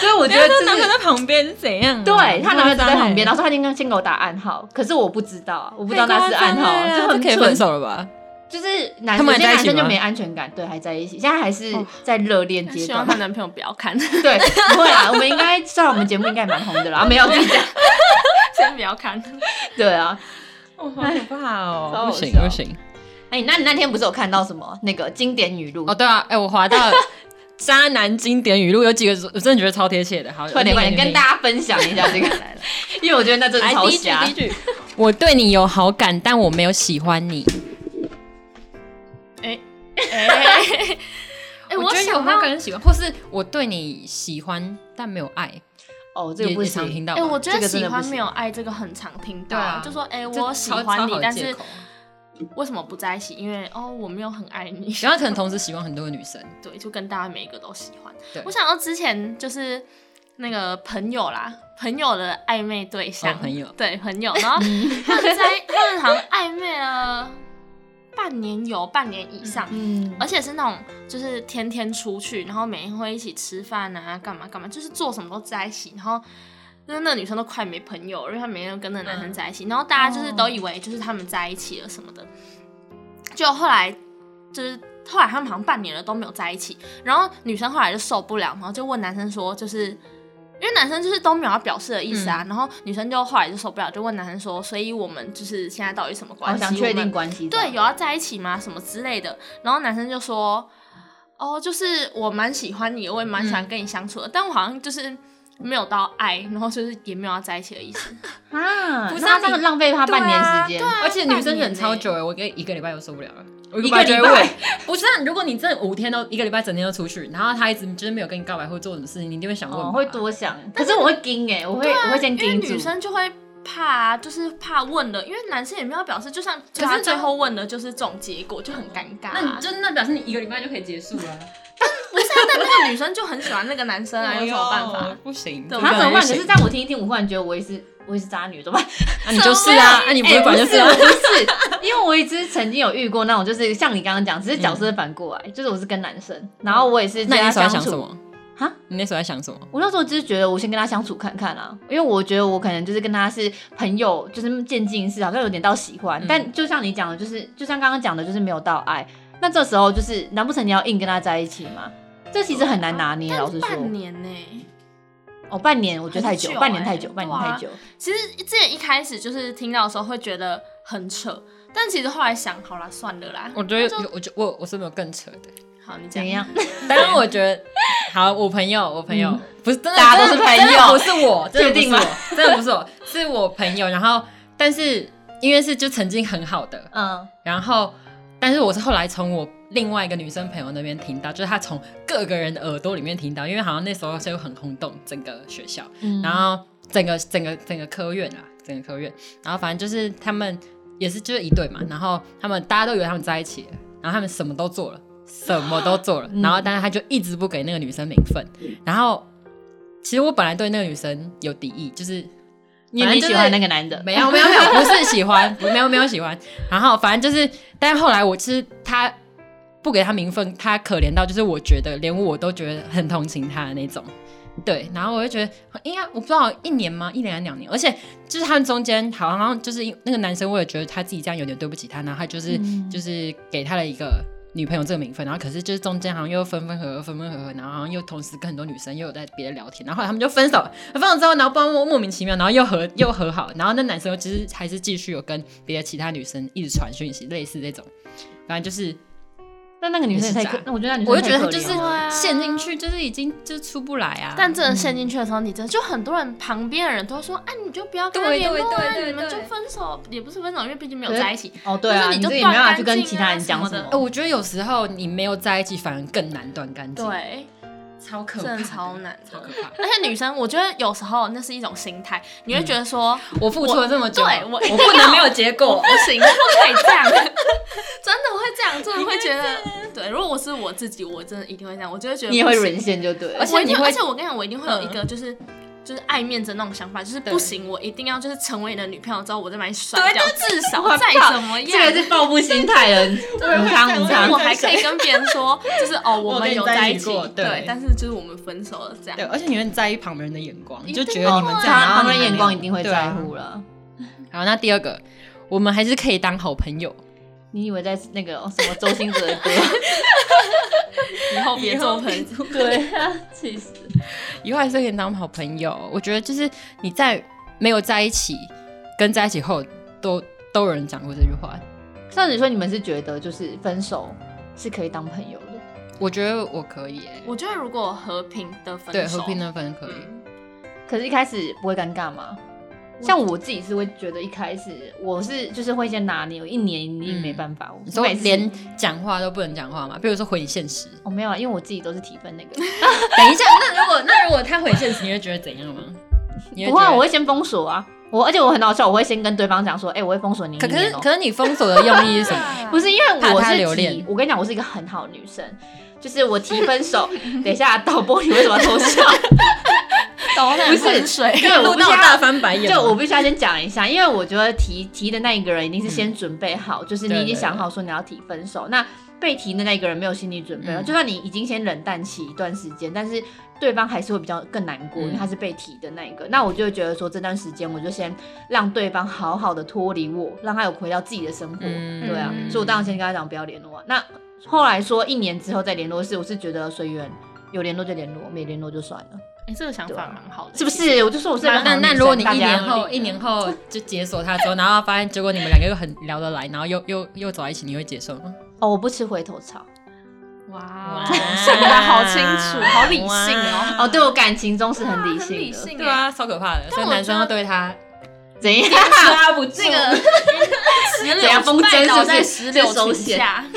Speaker 2: 所以我觉
Speaker 1: 等一
Speaker 2: 得
Speaker 1: 下，
Speaker 2: 这
Speaker 1: 她男
Speaker 2: 是
Speaker 1: 朋友在旁边是怎样啊？
Speaker 2: 对他男朋友就在旁边，
Speaker 1: 太
Speaker 2: 然后说他应该先给我打暗号，可是我不知道啊，我不
Speaker 1: 不
Speaker 2: 知道那是暗号啊，就很
Speaker 1: 可以
Speaker 2: 蠢
Speaker 1: 分，手了吧？
Speaker 2: 就是男
Speaker 1: 他们
Speaker 2: 有
Speaker 1: 还
Speaker 2: 些
Speaker 1: 在一
Speaker 2: 男
Speaker 1: 起
Speaker 2: 生就
Speaker 1: 吗哦
Speaker 2: 没安全感，对，还在一起，现在还是在热恋阶
Speaker 3: 希望
Speaker 2: 段
Speaker 3: 她。男朋友不要看，先
Speaker 2: 对，不会啊啦，我们应该虽然我们节目应该蛮红的啦，没有自己讲，
Speaker 3: 不要 看。
Speaker 2: 对啊。
Speaker 1: 哦，好可怕
Speaker 2: 超
Speaker 1: 哦！
Speaker 2: 好
Speaker 1: 不行
Speaker 2: 笑
Speaker 1: 不行，
Speaker 2: 哎，那你那天不是有看到什么那个经典语录
Speaker 1: 哦，？对啊，哎、我滑到 渣男经典语录，有几个我真的觉得超贴切的。好，
Speaker 2: 快点，快点，跟
Speaker 1: 家。
Speaker 2: 大家分享一下这 个，因为我觉得那真的
Speaker 3: 来
Speaker 2: 超
Speaker 3: 第一句，
Speaker 2: 瞎
Speaker 3: 第一。句，
Speaker 1: 我对你有好感，但我没有喜欢你。
Speaker 3: 哎哎
Speaker 1: 觉得
Speaker 3: 哎，
Speaker 1: 有
Speaker 3: 想
Speaker 1: 好
Speaker 3: 到
Speaker 1: 感跟喜欢，或是我对你喜欢但没有爱，
Speaker 2: 哦，这
Speaker 1: 也
Speaker 2: 个不
Speaker 1: 也常听
Speaker 2: 行，
Speaker 1: 到吧。
Speaker 3: 哎、我觉
Speaker 2: 这
Speaker 3: 得
Speaker 2: 个真
Speaker 3: 喜
Speaker 2: 的不
Speaker 3: 欢
Speaker 2: 行
Speaker 3: 没有爱这个很常听到，
Speaker 1: 对啊
Speaker 3: 就说哎、
Speaker 1: 这
Speaker 3: 我喜
Speaker 1: 超
Speaker 3: 欢你，
Speaker 1: 超好
Speaker 3: 但。
Speaker 1: 的借
Speaker 3: 是
Speaker 1: 口
Speaker 3: 为什么不在一起？因为哦，我没有很 爱你，
Speaker 1: 然后可能同时喜欢很多个女生，
Speaker 3: 对，就跟大家每一个都喜欢
Speaker 1: 对。
Speaker 3: 我想到之前就是那个朋友啦，朋友的暧昧对象，
Speaker 1: 哦朋友
Speaker 3: 对朋友，然后他们在他们好像暧昧了半年有半年以上，
Speaker 2: 嗯，
Speaker 3: 而且是那种就是天天出去，然后每天会一起吃饭啊，干嘛干嘛，就是做什么都在一起，然后。那那女生都快没朋友了，因为她每天都跟那
Speaker 2: 嗯
Speaker 3: 男生在一起，然后大家就是
Speaker 2: 哦
Speaker 3: 都以为就是他们在一起了什么的，就后来就是后来他们好像半年了都没有在一起，然后女生后来就受不了，然后就问男生说，就是因为男生就是都没有要表示的意思
Speaker 2: 嗯
Speaker 3: 啊，然后女生就后来就受不了，就问男生说，所以我们就是现在到底什么关
Speaker 2: 好
Speaker 3: 系？
Speaker 2: 哦想确
Speaker 3: 我们
Speaker 2: 定关系。
Speaker 3: 对，有要在一起吗？什么之类的。然后男生就说，哦，就是我蛮喜欢你，我也蛮
Speaker 1: 嗯
Speaker 3: 想跟你相处的，但我好像就是没有到爱，然后就是也没有要在一起的意思。
Speaker 2: 啊，
Speaker 1: 不
Speaker 2: 不
Speaker 1: 是
Speaker 2: 是
Speaker 1: 啊
Speaker 2: 他真的浪费他半年时间。
Speaker 1: 而且女生
Speaker 3: 半年
Speaker 1: 忍超
Speaker 3: 欸
Speaker 1: 久哎，我一个一个礼拜就受不了了。我
Speaker 2: 一个礼拜
Speaker 1: 就会问，不是啊？如果你真的五天都一个礼拜整天都出去，然后他一直就是没有跟你告白或做什么事情，你一定会想问吧。
Speaker 2: 哦，会多想，可是我会盯哎、我会、我会先
Speaker 3: 啊因为
Speaker 2: 盯住。
Speaker 3: 女生就会怕啊、就是怕问了，因为男生也没有表示，就像就
Speaker 1: 可是
Speaker 3: 他最
Speaker 1: 当
Speaker 3: 后问的就是这种结果，就很尴尬、
Speaker 1: 那你
Speaker 3: 啊。
Speaker 1: 就那表示你一个礼拜就可以结束了。
Speaker 3: 不是、啊，但那个女生就很喜欢那个男生 啊，有什么办法？？
Speaker 1: 不行，
Speaker 3: 对
Speaker 2: 啊，
Speaker 3: 我
Speaker 2: 怎么办？可是这样我听一听，我忽然觉得我也是我也是渣女，怎么办？
Speaker 1: 那你就是啊， 那你不会管就是啊
Speaker 2: 哎。不是，我不是因为我一直曾经有遇过那种，就是像你刚刚讲，只是角色反过来，就是我是跟男生，然后我也是
Speaker 1: 那
Speaker 2: 跟
Speaker 1: 你
Speaker 2: 他
Speaker 1: 嗯那时
Speaker 2: 相
Speaker 1: 候在想什
Speaker 2: 处。
Speaker 1: 么？
Speaker 2: 哈，
Speaker 1: 你那时候在想什么？
Speaker 2: 我那时候只是觉得，我先跟他相处看看啊，因为我觉得我可能就是跟他是朋友，就是渐进式，好像有点到喜欢。
Speaker 1: 嗯
Speaker 2: 但就像你讲的，就是就像刚刚讲的，就是没有到爱。那这时候就是，难不成你要硬跟他在一起吗？这其实很
Speaker 1: 哦
Speaker 2: 难拿捏，
Speaker 3: 但
Speaker 2: 老实说。
Speaker 3: 半年呢、
Speaker 2: 哦，半年我觉得太久，
Speaker 3: 很久
Speaker 2: 半年
Speaker 3: 欸
Speaker 2: 太久，半年太久。
Speaker 3: 其实之前一开始就是听到的时候会觉得很扯，但其实后来想，好啦，算了啦。
Speaker 1: 我觉得有，我觉我我是没有更扯 的。
Speaker 3: 好，你讲
Speaker 2: 怎 样？？
Speaker 1: 当然，我觉得好，我朋友，我朋友
Speaker 2: 嗯
Speaker 1: 不是真的，
Speaker 2: 大家都
Speaker 1: 真的
Speaker 2: 是朋友
Speaker 1: 真的不是 我，真的不
Speaker 2: 确定
Speaker 1: 是
Speaker 2: 吗
Speaker 1: 我，真的不是我，是我朋友。然后，但是因为是就曾经很好的，
Speaker 2: 嗯，
Speaker 1: 然后，但是我是后来从我另外一个女生朋友那边听到，就是她从各个人的耳朵里面听到，因为好像那时候就很轰动整个学校，
Speaker 2: 嗯
Speaker 1: 然后整个整个整个科院啊，整个科院，然后反正就是他们也是就是一对
Speaker 2: 嗯
Speaker 1: 嘛，然后他们大家都以为他们在一起了，然后他们什么都做了，什么都做了，
Speaker 2: 嗯
Speaker 1: 然后但是他就一直不给那个女生名分，然后其实我本来对那个女生有敌意，就是。
Speaker 2: 因为你喜欢那个男的，
Speaker 1: 没 有没有没有，不是喜欢，不没有没有喜欢。然后反正就是，但后来我其实他不给他名分，他可怜到就是我觉得连我都觉得很同情他的那种。对，然后我就觉得应该我不知道一年吗？一年还是两年？而且就是他们中间好像就是因那个男生，我也觉得他自己这样有点对不起他，然后他就是、
Speaker 2: 嗯
Speaker 1: 就是给他了一个女朋友这个名分，然后可是就是中间好像又分分合合，分分合合，然后好像又同时跟很多女生又有在别的聊天，然后后来他们就分手了，分手之后，然后不知道莫莫名其妙，然后又和又和好，然后那男生又其实还是继续有跟别的其他女生一直传讯息，类似这种，反正就是
Speaker 2: 那那个女生也太可
Speaker 1: 也是，
Speaker 2: 那我觉得那女生
Speaker 1: 我就觉得
Speaker 2: 太
Speaker 1: 他
Speaker 2: 可
Speaker 1: 就是
Speaker 2: 怜了
Speaker 3: 啊
Speaker 1: 陷进去，就是已经就是出不来啊。
Speaker 3: 但真的陷进去的时候，你真的就很多人旁边的人都说，哎、你就不要跟他
Speaker 1: 对
Speaker 3: 联络啊，
Speaker 1: 对对对
Speaker 3: 你们就
Speaker 1: 对
Speaker 3: 分手，也不是分手，因为毕竟没有
Speaker 2: 可是
Speaker 3: 在一起。
Speaker 2: 哦，对啊，
Speaker 3: 就是
Speaker 2: 你
Speaker 3: 你
Speaker 2: 这
Speaker 3: 就
Speaker 2: 个也没办法去
Speaker 3: 断干
Speaker 2: 跟
Speaker 3: 净
Speaker 2: 其他人讲
Speaker 3: 啊什么
Speaker 1: 哎、
Speaker 3: 的
Speaker 2: 么。
Speaker 1: 我觉得有时候你没有在一起，反而更难断干净，，
Speaker 3: 对，
Speaker 1: 超可怕
Speaker 3: 真
Speaker 1: 的，
Speaker 3: 的超难
Speaker 1: 超可
Speaker 3: 的。
Speaker 1: 怕。
Speaker 3: 而且女生，我觉得有时候那是一种心态，你会觉得说，
Speaker 1: 我付出了这么久，
Speaker 3: 对我
Speaker 1: 我不能没有结
Speaker 3: 我
Speaker 1: 果
Speaker 3: 不。行，我不可以这样，真的会这样，真的会觉得，对，如果我是我自己，我真的一定会这样，我就会觉得
Speaker 2: 你也
Speaker 3: 不
Speaker 2: 会
Speaker 3: 行
Speaker 2: 沦陷就对了
Speaker 1: 而
Speaker 3: 而
Speaker 1: 且，
Speaker 3: 且
Speaker 1: 你
Speaker 3: 你
Speaker 1: 会
Speaker 3: 而且我跟你讲，我一定会有一个就是。就是爱面子的那种想法，就是
Speaker 1: 对
Speaker 3: 不行，我一定要就是成为你的女朋友之后，我再把你甩掉，至少
Speaker 2: 我靠
Speaker 3: 再怎么样，
Speaker 2: 这个是报复心态了，无常无
Speaker 1: 这样
Speaker 2: 常
Speaker 3: 我。还可以跟别人说，就是哦，
Speaker 1: 我
Speaker 3: 我
Speaker 1: 跟
Speaker 3: 们
Speaker 1: 你
Speaker 3: 有
Speaker 1: 在
Speaker 3: 在
Speaker 1: 一
Speaker 3: 一
Speaker 1: 起
Speaker 3: 起
Speaker 1: 过，对
Speaker 3: 对，但是就是我们分手了这样
Speaker 1: 对，。而且你会在意旁边人的眼光，你
Speaker 3: 一
Speaker 1: 就
Speaker 3: 定
Speaker 1: 觉得你们
Speaker 3: 会
Speaker 1: 这样，
Speaker 3: 啊
Speaker 1: 然
Speaker 2: 旁
Speaker 1: 后
Speaker 2: 边
Speaker 1: 你还
Speaker 2: 人眼
Speaker 1: 没
Speaker 2: 光
Speaker 1: 有
Speaker 2: 一定会
Speaker 1: 对啊
Speaker 2: 在乎了。
Speaker 1: 好，那第二个，我们还是可以当好朋友。
Speaker 2: 你以为在那个什么周星哲的歌？
Speaker 3: 以后别做朋友，
Speaker 2: 对啊，气死！
Speaker 1: 以后还是可以当好朋友。我觉得就是你在没有在一起，跟在一起后都都有人讲过这句话。
Speaker 2: 上次说你们是觉得就是分手是可以当朋友的，
Speaker 1: 我觉得我可以、欸，
Speaker 3: 我觉得如果和平的分手，
Speaker 1: 对和平的分可以。
Speaker 3: 嗯，
Speaker 2: 可是一开始不会尴尬吗？像我自己是会觉得一开始我是就是会先拿捏，我一年你也没办法，
Speaker 1: 嗯你
Speaker 2: 我
Speaker 1: 说
Speaker 2: 每次
Speaker 1: 连讲话都不能讲话嘛？比如说回你现实，
Speaker 2: 我、没有啊，因为我自己都是提分那个，
Speaker 1: 等一下，那如果那如果他回现实，你会觉得怎样吗？你
Speaker 2: 不会啊，
Speaker 1: 觉得
Speaker 2: 我会先封锁啊，我而且我很好笑，我会先跟对方讲说，哎、我会封锁你一
Speaker 1: 可可
Speaker 2: 年
Speaker 1: 是
Speaker 2: 哦、
Speaker 1: 可是你封锁的用意是什 么？
Speaker 3: 啊
Speaker 2: 不是因为
Speaker 1: 怕
Speaker 2: 我
Speaker 1: 他
Speaker 2: 是
Speaker 1: 留
Speaker 2: 提
Speaker 1: 恋
Speaker 2: 我跟你讲，我是一个很好的女生，就是我提分 手，等一下导播你为什么要偷笑？
Speaker 3: 懂了，
Speaker 2: 不是
Speaker 3: 很水，
Speaker 2: 对，我
Speaker 1: 录
Speaker 2: 不知
Speaker 1: 到我
Speaker 2: 道
Speaker 1: 大翻白眼吗，
Speaker 2: 就我必须要先讲一下，因为我觉得提提的那一个人一定是先准备好，就是你
Speaker 1: 嗯对
Speaker 2: 已经想好说你要提分手。那被提的那一个人没有心理准备了，
Speaker 1: 嗯
Speaker 2: 就算你已经先冷淡期一段时间，但是对方还是会比较更难过，
Speaker 1: 嗯
Speaker 2: 因为他是被提的那一个。那我就会觉得说这段时间我就先让对方好好的脱离我，让他有回到自己的生活。
Speaker 1: 嗯
Speaker 2: 对啊，
Speaker 3: 嗯
Speaker 2: 所以我当然先跟他讲不要联络啊。那后来说一年之后再联络是，我是觉得随缘，有联络就联络，没联络就算了，
Speaker 3: 哎，这个想
Speaker 2: 对
Speaker 3: 法
Speaker 2: 啊
Speaker 3: 蛮好的，
Speaker 2: 是不？是？我就说我是一个好
Speaker 1: 那那
Speaker 2: 女
Speaker 1: 那
Speaker 2: 生
Speaker 1: 如果你
Speaker 2: 大
Speaker 1: 一
Speaker 2: 家
Speaker 1: 年
Speaker 2: 努
Speaker 1: 后
Speaker 2: 力
Speaker 1: 一年后就解锁他之后，然后发现结果你们两个又很聊得来，然后又又又走在一起，你会接受吗？
Speaker 2: 哦，我不吃回头草。
Speaker 3: 哇，想的好清楚，好理性哦。
Speaker 1: 哇
Speaker 2: 哦，对我感情中是很
Speaker 3: 很
Speaker 2: 理
Speaker 3: 理性
Speaker 2: 性的，
Speaker 1: 对啊，超可怕的，所以
Speaker 3: 我
Speaker 1: 男生
Speaker 3: 觉
Speaker 1: 要
Speaker 3: 得
Speaker 1: 对他
Speaker 2: 怎样？
Speaker 1: 抓不 住
Speaker 3: 这个石
Speaker 2: 怎样
Speaker 3: 榴
Speaker 2: 风筝
Speaker 3: 拜
Speaker 2: 是
Speaker 3: 倒
Speaker 2: 不是
Speaker 3: 在石榴
Speaker 2: 是手
Speaker 3: 裙
Speaker 2: 写
Speaker 3: 下。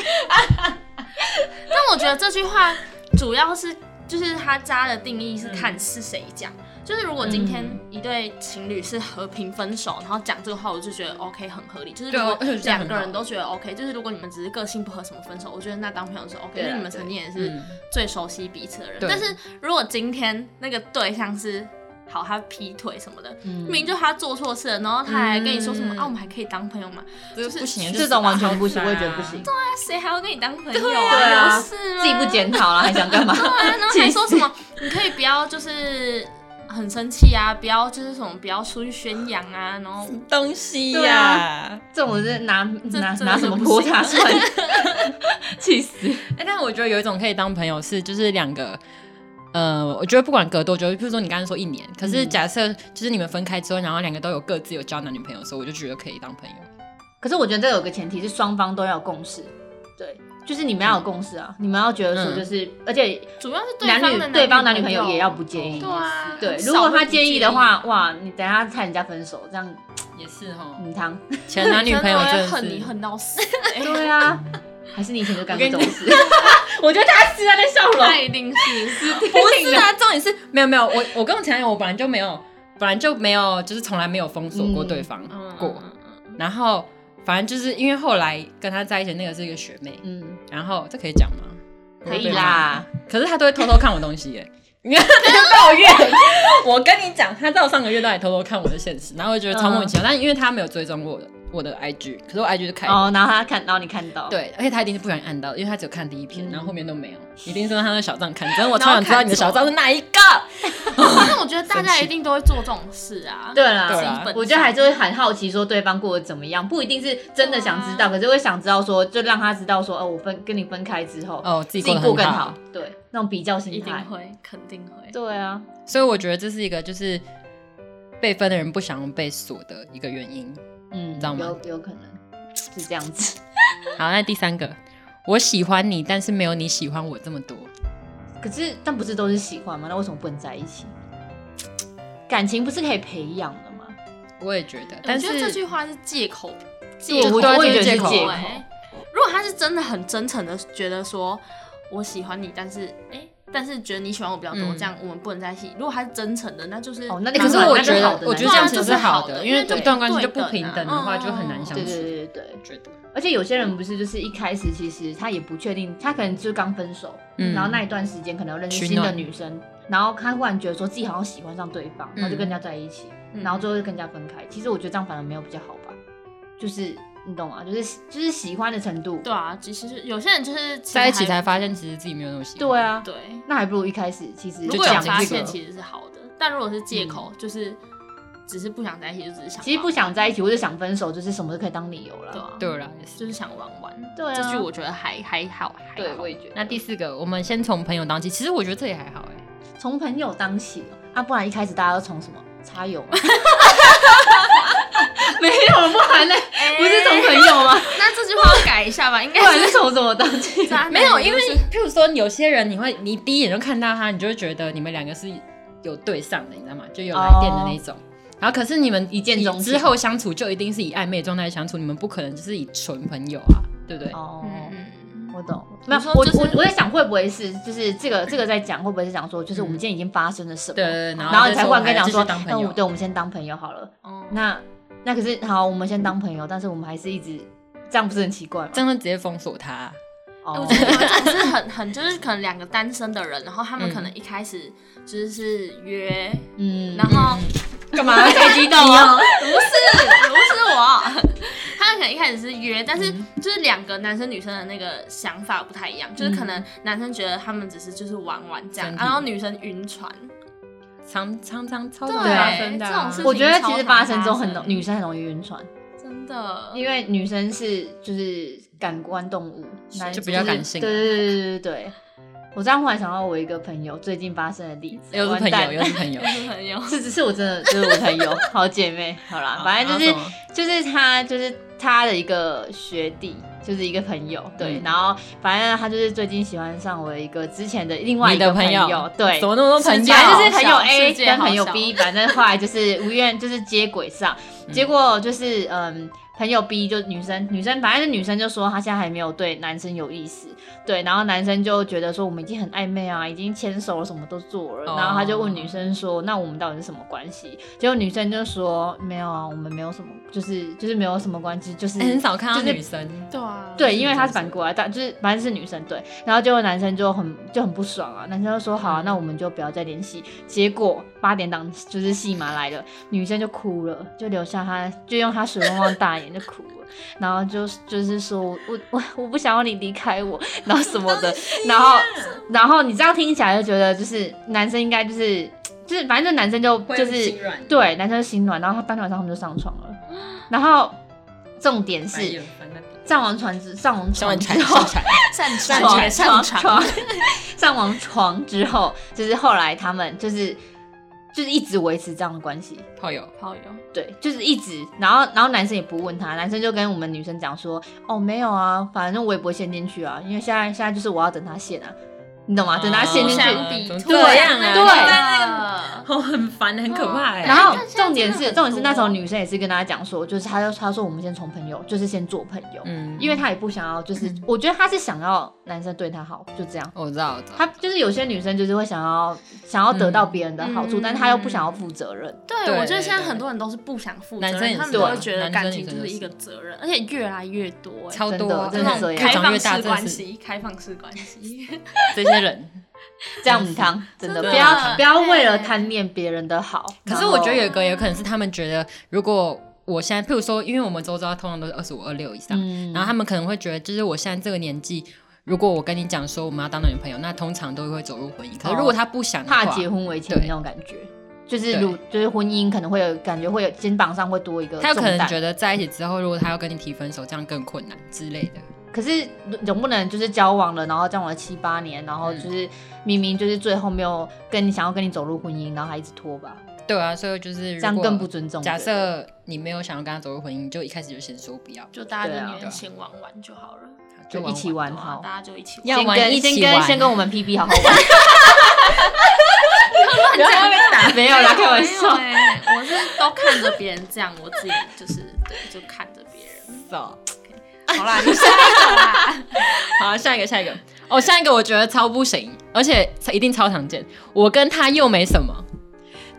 Speaker 3: 但我觉得这句话主要是就是他扎的定义是看是谁讲。就是如果今天一对情侣是和平分手，然后讲这个话，我就觉得 OK 很合理。就是
Speaker 1: 对
Speaker 3: 如
Speaker 1: 啊
Speaker 3: 果
Speaker 1: 我觉得这样
Speaker 3: 两
Speaker 1: 很
Speaker 3: 个人
Speaker 1: 好
Speaker 3: 都觉得 OK，就是如果你们只是个性不合什么分手，我觉得那当朋友是 OK，
Speaker 2: 对啊
Speaker 3: 因为你们曾经也是
Speaker 1: 嗯
Speaker 3: 最熟悉彼此的人。
Speaker 1: 对
Speaker 3: 但是如果今天那个对象是好，他劈腿什么的，
Speaker 2: 嗯
Speaker 3: 明明就他做错事了，然后他还跟你说什么、
Speaker 1: 嗯
Speaker 3: 啊，我们还可以当朋友嘛？
Speaker 1: 这个不行，
Speaker 2: 这种完全不
Speaker 3: 啊
Speaker 2: 行，
Speaker 1: 就
Speaker 2: 我
Speaker 1: 是
Speaker 2: 也觉得不行，。
Speaker 3: 那谁还要跟你当朋友
Speaker 1: 对
Speaker 3: 啊？
Speaker 2: 啊
Speaker 3: 有事吗？
Speaker 2: 自己不检讨了，还想干嘛？
Speaker 3: 对啊，然后还说什么你可以不要就是很生气啊，不要就是什么不要出去宣扬啊，然后
Speaker 1: 东西
Speaker 2: 对
Speaker 1: 呀
Speaker 2: 啊。这种是拿拿
Speaker 3: 真的
Speaker 2: 拿什么泼他算？ 气死！
Speaker 1: 哎，但我觉得有一种可以当朋友是，就是两个。呃，我觉得不管隔多久，譬如说你刚才说一年，可是
Speaker 2: 嗯
Speaker 1: 假设就是你们分开之后，然后两个都有各自有交男女朋友的时候，我就觉得可以当朋友。
Speaker 2: 可是我觉得这有个前提是双方都要有共识，对，就是你们要有共识啊，你们要觉得说就是，而且
Speaker 3: 主要是嗯对
Speaker 2: 男
Speaker 3: 方
Speaker 2: 女
Speaker 3: 的
Speaker 2: 对方男女
Speaker 3: 朋
Speaker 2: 朋友也要不介意
Speaker 3: 对。啊，
Speaker 2: 对，
Speaker 3: 很
Speaker 2: 如
Speaker 3: 少
Speaker 2: 果
Speaker 3: 会
Speaker 2: 他
Speaker 3: 不
Speaker 2: 介
Speaker 3: 介
Speaker 2: 意的，话，哇，你等下看人家分手，这样
Speaker 1: 也是哈，
Speaker 2: 母 汤。
Speaker 1: 嗯前男女朋友真的
Speaker 3: 真的
Speaker 1: 是
Speaker 3: 会恨你恨到 死，欸
Speaker 2: 对啊，还是你以前就干过这种
Speaker 1: 我
Speaker 2: 事？我觉得他是在那笑容
Speaker 3: 那一 定是嗯
Speaker 1: 不是啊，重点是没有没有，我我跟我前男友，我本来就没有，本来就没有，就是从来没有封锁过
Speaker 2: 嗯
Speaker 1: 对方
Speaker 3: 嗯
Speaker 1: 过。然后反正就是因为后来跟他在一起的那个是一个学妹，
Speaker 2: 嗯，
Speaker 1: 然后这可以讲吗？
Speaker 2: 可
Speaker 1: 啊
Speaker 2: 以啦。
Speaker 1: 可是他都会偷偷看我东西 耶。你看，他就抱怨。嗯我跟你讲，他到上个月都还偷偷看我的现实，然后我就觉得超莫名其妙。但因为他没有追踪我的，我的 IG，可是我 IG 就开、
Speaker 2: 哦，然后他看，然后你看到，，
Speaker 1: 哎对，啊而且他一定是不小心按到，因为他只有看第一篇，
Speaker 2: 嗯
Speaker 1: 然后后面都没有，一定是让他的小账看。真的，我
Speaker 3: 然
Speaker 1: 超
Speaker 3: 后
Speaker 1: 想知道
Speaker 3: 看
Speaker 1: 你的小
Speaker 3: 错
Speaker 1: 账是哪一个。
Speaker 3: 反正我觉得大
Speaker 1: 生
Speaker 3: 家
Speaker 1: 气
Speaker 3: 一定都会做这种事啊。
Speaker 2: 对啦
Speaker 1: 对啊
Speaker 3: 基
Speaker 1: 啦
Speaker 3: 本上
Speaker 2: 我觉得还是会很好奇，说对方过得怎么样，不一定是真的想知道，可是会想知道说，就让他知道说，哦，我分跟你分开之后，
Speaker 1: 哦，自
Speaker 2: 自
Speaker 1: 己
Speaker 2: 己
Speaker 1: 过得
Speaker 2: 过
Speaker 1: 很
Speaker 2: 更
Speaker 1: 好。
Speaker 2: 好，对，那种比较心
Speaker 3: 一定
Speaker 2: 态，
Speaker 3: 会，肯定会。
Speaker 2: 对啊，
Speaker 1: 所以我觉得这是一个就是被分的人不想被锁的一个原因。
Speaker 2: 嗯，
Speaker 1: 知道吗
Speaker 2: 有有可能是这样子，
Speaker 1: 好，那第三个，我喜欢你，但是没有你喜欢我这么多。
Speaker 2: 可是但不是都是喜欢吗？那为什么不能在一起？感情不是可以培养的吗？
Speaker 1: 我也觉得，
Speaker 3: 我
Speaker 1: 但是
Speaker 3: 觉得这句话是借口，
Speaker 2: 对
Speaker 3: 借口，
Speaker 2: 我我也
Speaker 1: 觉得
Speaker 2: 是
Speaker 1: 借口
Speaker 2: 借口，
Speaker 3: 欸如果他是真的很真诚的觉得说我喜欢你，但是哎、欸但是觉得你喜欢我比较多，
Speaker 1: 嗯
Speaker 3: 这样我们不能在一起。如果他是真诚的，那就是
Speaker 2: 哦那
Speaker 1: 欸
Speaker 2: 就
Speaker 1: 可是我
Speaker 2: 那
Speaker 1: 觉
Speaker 2: 就好
Speaker 1: 得
Speaker 2: 的，
Speaker 1: 我觉
Speaker 2: 那就
Speaker 1: 得这样
Speaker 2: 好
Speaker 1: 子是
Speaker 3: 的
Speaker 1: 好
Speaker 3: 因
Speaker 1: 的，
Speaker 3: 为
Speaker 1: 因为
Speaker 3: 就
Speaker 1: 一段关系就不
Speaker 3: 对等
Speaker 1: 平
Speaker 3: 啊
Speaker 1: 等的话就很
Speaker 3: 嗯
Speaker 1: 难相
Speaker 2: 对对对
Speaker 1: 处。
Speaker 2: 对对。
Speaker 1: 觉得，
Speaker 2: 而且有些人不是就是一开始其实他也不确定，他可能就刚分手，
Speaker 1: 嗯
Speaker 2: 然后那一段时间可能有认识
Speaker 1: 取
Speaker 2: 新的
Speaker 1: 暖
Speaker 2: 女生，然后他忽然觉得说自己好像喜欢上对方，然后就
Speaker 1: 嗯
Speaker 2: 跟人家在一起，
Speaker 3: 嗯
Speaker 2: 然后最后就跟人家分开。其实我觉得这样反而没有比较好吧，就是你懂吗？就是就是喜欢的程度，
Speaker 3: 对啊，其实是有些人就是其实
Speaker 1: 在一起
Speaker 3: 还
Speaker 1: 才发现其实自己没有那么喜欢。
Speaker 2: 对啊，
Speaker 3: 对。
Speaker 2: 那还不如一开始其实
Speaker 3: 如
Speaker 1: 就
Speaker 3: 果有
Speaker 2: 讲
Speaker 1: 讲
Speaker 3: 发
Speaker 2: 这
Speaker 3: 现，
Speaker 2: 个，
Speaker 3: 其实是好的。但如果是借口，就是只是不想在一起，就只是想
Speaker 2: 其实不
Speaker 3: 玩
Speaker 2: 想在一起或者想分手，就是什么都可以当理由了。
Speaker 3: 对啊，
Speaker 1: 对我来说也是。
Speaker 3: 就是想玩玩。
Speaker 2: 对啊
Speaker 3: 这句我觉得还还好，还好
Speaker 2: 对，我也觉得。
Speaker 1: 那第四个，我们先从朋友当起。其实我觉得这也还好哎、
Speaker 2: 从朋友当起哦啊，不然一开始大家都从什么插友吗？没有，不然嘞，不是从
Speaker 3: 哎
Speaker 2: 朋友吗？
Speaker 3: 那这句话要改一下吧，应
Speaker 2: 不
Speaker 3: 该
Speaker 2: 然
Speaker 3: 是
Speaker 2: 是从什么当起？
Speaker 3: 渣男
Speaker 1: 没有，因为
Speaker 3: 就是
Speaker 1: 譬如说有些人，你会你第一眼就看到他，你就会觉得你们两个是有对上的，你知道吗？就有来电的那种。然后可是你们
Speaker 2: 一见钟情
Speaker 1: 之后相处，就一定是以暧昧状态相处，你们不可能就是以纯朋友啊，对不对？
Speaker 2: 哦，
Speaker 3: 嗯，
Speaker 2: 我懂。
Speaker 3: 你
Speaker 2: 没有，
Speaker 3: 说
Speaker 2: 我
Speaker 3: 就是
Speaker 2: 我我在想会不会是，就是这个这个在讲会不会是讲说，就是我们今天已经发生了什么，
Speaker 1: 对对对，
Speaker 2: 然后
Speaker 1: 后
Speaker 2: 你
Speaker 1: 就
Speaker 2: 才
Speaker 1: 说
Speaker 2: 忽然跟你讲说
Speaker 1: 我还是继续当，
Speaker 2: 那
Speaker 1: 朋
Speaker 2: 我
Speaker 1: 友，
Speaker 2: 对，我们先当朋友好了。
Speaker 3: 哦
Speaker 2: 那那可是好，我们先当朋友，但是我们还是一直这样，不是很奇怪吗？
Speaker 1: 真的直接封锁他。
Speaker 3: 欸
Speaker 2: 哦
Speaker 3: 我觉得有一种是很很就是可能两个单身的人，然后他们
Speaker 1: 嗯
Speaker 3: 可能一开始就是约，
Speaker 2: 嗯，
Speaker 3: 然 后哦
Speaker 1: 干嘛太激动
Speaker 3: 嗯
Speaker 2: 啊？
Speaker 3: 不是不是我， 他们可能一开始是约，但是就是两个男生女生的那个想法不太一样，就是可能男生觉得他们只是就是玩玩这样，
Speaker 1: 整体
Speaker 3: 啊然后女生晕船，
Speaker 1: 常常常超
Speaker 3: 对
Speaker 1: 常发生的、啊，
Speaker 3: 这种事
Speaker 2: 我觉得其实发
Speaker 3: 超
Speaker 2: 生
Speaker 3: 常
Speaker 2: 之后很
Speaker 3: 发
Speaker 2: 容，
Speaker 3: 生
Speaker 2: 女生很容易晕船。
Speaker 3: 真的，
Speaker 2: 因为女生是就是感官动物，男
Speaker 1: 就比较感性
Speaker 2: 对对对对对对。我这样忽然想到我一个朋友最近发生的例子，
Speaker 1: 又是朋
Speaker 2: 完蛋
Speaker 1: 友，又是 朋友，
Speaker 3: 就是 朋友，
Speaker 2: 是只是我真的就是我朋友好姐妹，好啦，反正就是
Speaker 1: 然后什么
Speaker 2: 就是她就是她的一个学弟，就是一个朋友，对，
Speaker 1: 嗯
Speaker 2: 然后反正她就是最近喜欢上我的一个之前的另外一
Speaker 1: 你
Speaker 2: 个
Speaker 1: 的朋
Speaker 2: 友，对，
Speaker 1: 怎么那么多朋友
Speaker 3: 世界
Speaker 2: 反
Speaker 3: 好
Speaker 2: 正就是朋友
Speaker 3: 小
Speaker 2: A
Speaker 3: 世界
Speaker 2: 跟
Speaker 3: 好
Speaker 2: 朋友
Speaker 3: 小
Speaker 2: B，反正后来就是无缘就是接轨上，
Speaker 1: 嗯
Speaker 2: 结果就是嗯，朋友 B 就女生女生，反正女生就说她现在还没有对男生有意思，对，然后男生就觉得说我们已经很暧昧啊，已经牵手了，什么都做了，
Speaker 1: 哦
Speaker 2: 然后他就问女生说，那我们到底是什么关系？结果女生就说没有啊，我们没有什么，就是就是没有什么关系，就是
Speaker 1: 欸很少看到
Speaker 2: 就是
Speaker 1: 女生，
Speaker 3: 对啊，
Speaker 2: 对，
Speaker 1: 是
Speaker 2: 因为
Speaker 1: 这
Speaker 2: 他
Speaker 1: 样
Speaker 2: 是
Speaker 1: 子
Speaker 2: 反过来，但就是反正是女生对，然后结果男生就很就很不爽啊，男生就说好、啊，那我们就不要再联系。结果八点档就是戏码来了，女生就哭了，就留下她，就用她水汪汪大眼就哭了，然后就就是说我我我不想要你离开我，然后什么的，然后然后你这样听起来就觉得就是男生应该就是就是反正男生就就是
Speaker 1: 软，
Speaker 2: 对男生心软，然后他当天晚上他们就上床了，然后重点
Speaker 1: 哎
Speaker 2: 是。上完船之上完
Speaker 1: 上完
Speaker 2: 床
Speaker 1: 船
Speaker 2: 之后
Speaker 1: 上， 船，
Speaker 3: 擅
Speaker 2: 上
Speaker 3: 长擅
Speaker 2: 床
Speaker 3: 长
Speaker 2: 床， 上完床之后，就是后来他们就是就是一直维持这样的关系，
Speaker 1: 炮友，
Speaker 3: 炮友，
Speaker 2: 对，就是一直，然后然后男生也不问他，男生就跟我们女生讲说，哦没有啊，反正我也不会陷进去啊，因为现在现在就是我要等他陷啊，你懂吗？等他陷进去，
Speaker 3: 相比
Speaker 1: 怎么
Speaker 3: 对
Speaker 1: 这样啊
Speaker 2: 对
Speaker 3: 对，
Speaker 1: 哦，很烦，很可怕哎。
Speaker 2: 然后
Speaker 3: 但现在
Speaker 2: 重点
Speaker 3: 真的
Speaker 2: 是
Speaker 3: 很
Speaker 2: 重点是
Speaker 3: 多
Speaker 2: 那时候女生也是跟他讲说，就是他就他说我们先从朋友，就是先做朋友，
Speaker 1: 嗯
Speaker 2: 因为他也不想要，就是、我觉得他是想要男生对他好，就这样。
Speaker 1: 哦我知道，我知道
Speaker 2: 她就是有些女生就是会想要想要得到别人的好处，
Speaker 3: 嗯
Speaker 2: 但她又不想要负责任。
Speaker 3: 对，
Speaker 1: 对
Speaker 3: 我觉得现在
Speaker 1: 对
Speaker 3: 很多人都是不想负责
Speaker 1: 男生也
Speaker 3: 任，
Speaker 1: 是
Speaker 3: 他们都会
Speaker 2: 对
Speaker 3: 觉得
Speaker 1: 男生女
Speaker 3: 感情就
Speaker 1: 生
Speaker 3: 是
Speaker 1: 都
Speaker 3: 一个
Speaker 1: 是
Speaker 3: 责任，而且越来越多，哎
Speaker 1: 超多啊，
Speaker 2: 真
Speaker 3: 这
Speaker 2: 的
Speaker 3: 种
Speaker 2: 真的
Speaker 3: 开
Speaker 1: 长
Speaker 3: 放
Speaker 1: 越大，
Speaker 3: 式
Speaker 1: 真的
Speaker 3: 关
Speaker 1: 是
Speaker 3: 系，开放式关系，
Speaker 1: 这些人。
Speaker 2: 这样 很康，真的
Speaker 3: 真
Speaker 2: 不
Speaker 3: 的
Speaker 2: 要不要为了
Speaker 3: 对
Speaker 2: 贪恋别人的好。
Speaker 1: 可
Speaker 2: 然
Speaker 1: 是
Speaker 2: 后
Speaker 1: 我觉得有一个有可能是他们觉得，如果我现在，譬如说，因为我们周遭通常都是二十五、二六以上，
Speaker 2: 嗯
Speaker 1: 然后他们可能会觉得，就是我现在这个年纪，如果我跟你讲说我们要当男女朋友，那通常都会走入婚姻。可是如果他不想的话，
Speaker 2: 哦怕结婚为前
Speaker 1: 对
Speaker 2: 那种感觉，就是如就是婚姻可能会有感觉会有肩膀上会多一个
Speaker 1: 他有可
Speaker 2: 重
Speaker 1: 能
Speaker 2: 担
Speaker 1: 觉得在一起之后，如果他要跟你提分手，这样更困难之类的。
Speaker 2: 可是总不能就是交往了，然后交往了七八年，然后就是
Speaker 1: 嗯
Speaker 2: 明明就是最后没有跟你想要跟你走入婚姻，然后还一直拖吧，
Speaker 1: 对啊，所以就是
Speaker 2: 这
Speaker 1: 如
Speaker 2: 样
Speaker 1: 果
Speaker 2: 更不尊重。
Speaker 1: 假
Speaker 2: 对
Speaker 1: 设你没有想要跟他走入婚姻，就一开始就先说不要，
Speaker 3: 就大家
Speaker 2: 对
Speaker 3: 就
Speaker 2: 啊
Speaker 3: 宁愿先玩玩就好了，
Speaker 2: 就
Speaker 1: 玩
Speaker 2: 一起玩
Speaker 3: 对啊
Speaker 2: 好，
Speaker 3: 大家就一起玩。
Speaker 1: 要
Speaker 2: 先
Speaker 1: 玩
Speaker 2: 跟
Speaker 1: 一
Speaker 2: 先
Speaker 1: 起
Speaker 2: 跟
Speaker 1: 玩
Speaker 2: 先跟我们 PB 好好玩，
Speaker 3: 乱讲被 打，
Speaker 2: 没有啦开玩笑
Speaker 3: 没有欸我是都看着别人这样，我自己就是对，就看着别 人。
Speaker 1: 走。
Speaker 3: 好啦，你下一个啦。
Speaker 1: 好，下一个，下一个。哦，下一个我觉得超不行，而且一定超常见。我跟他又没什么，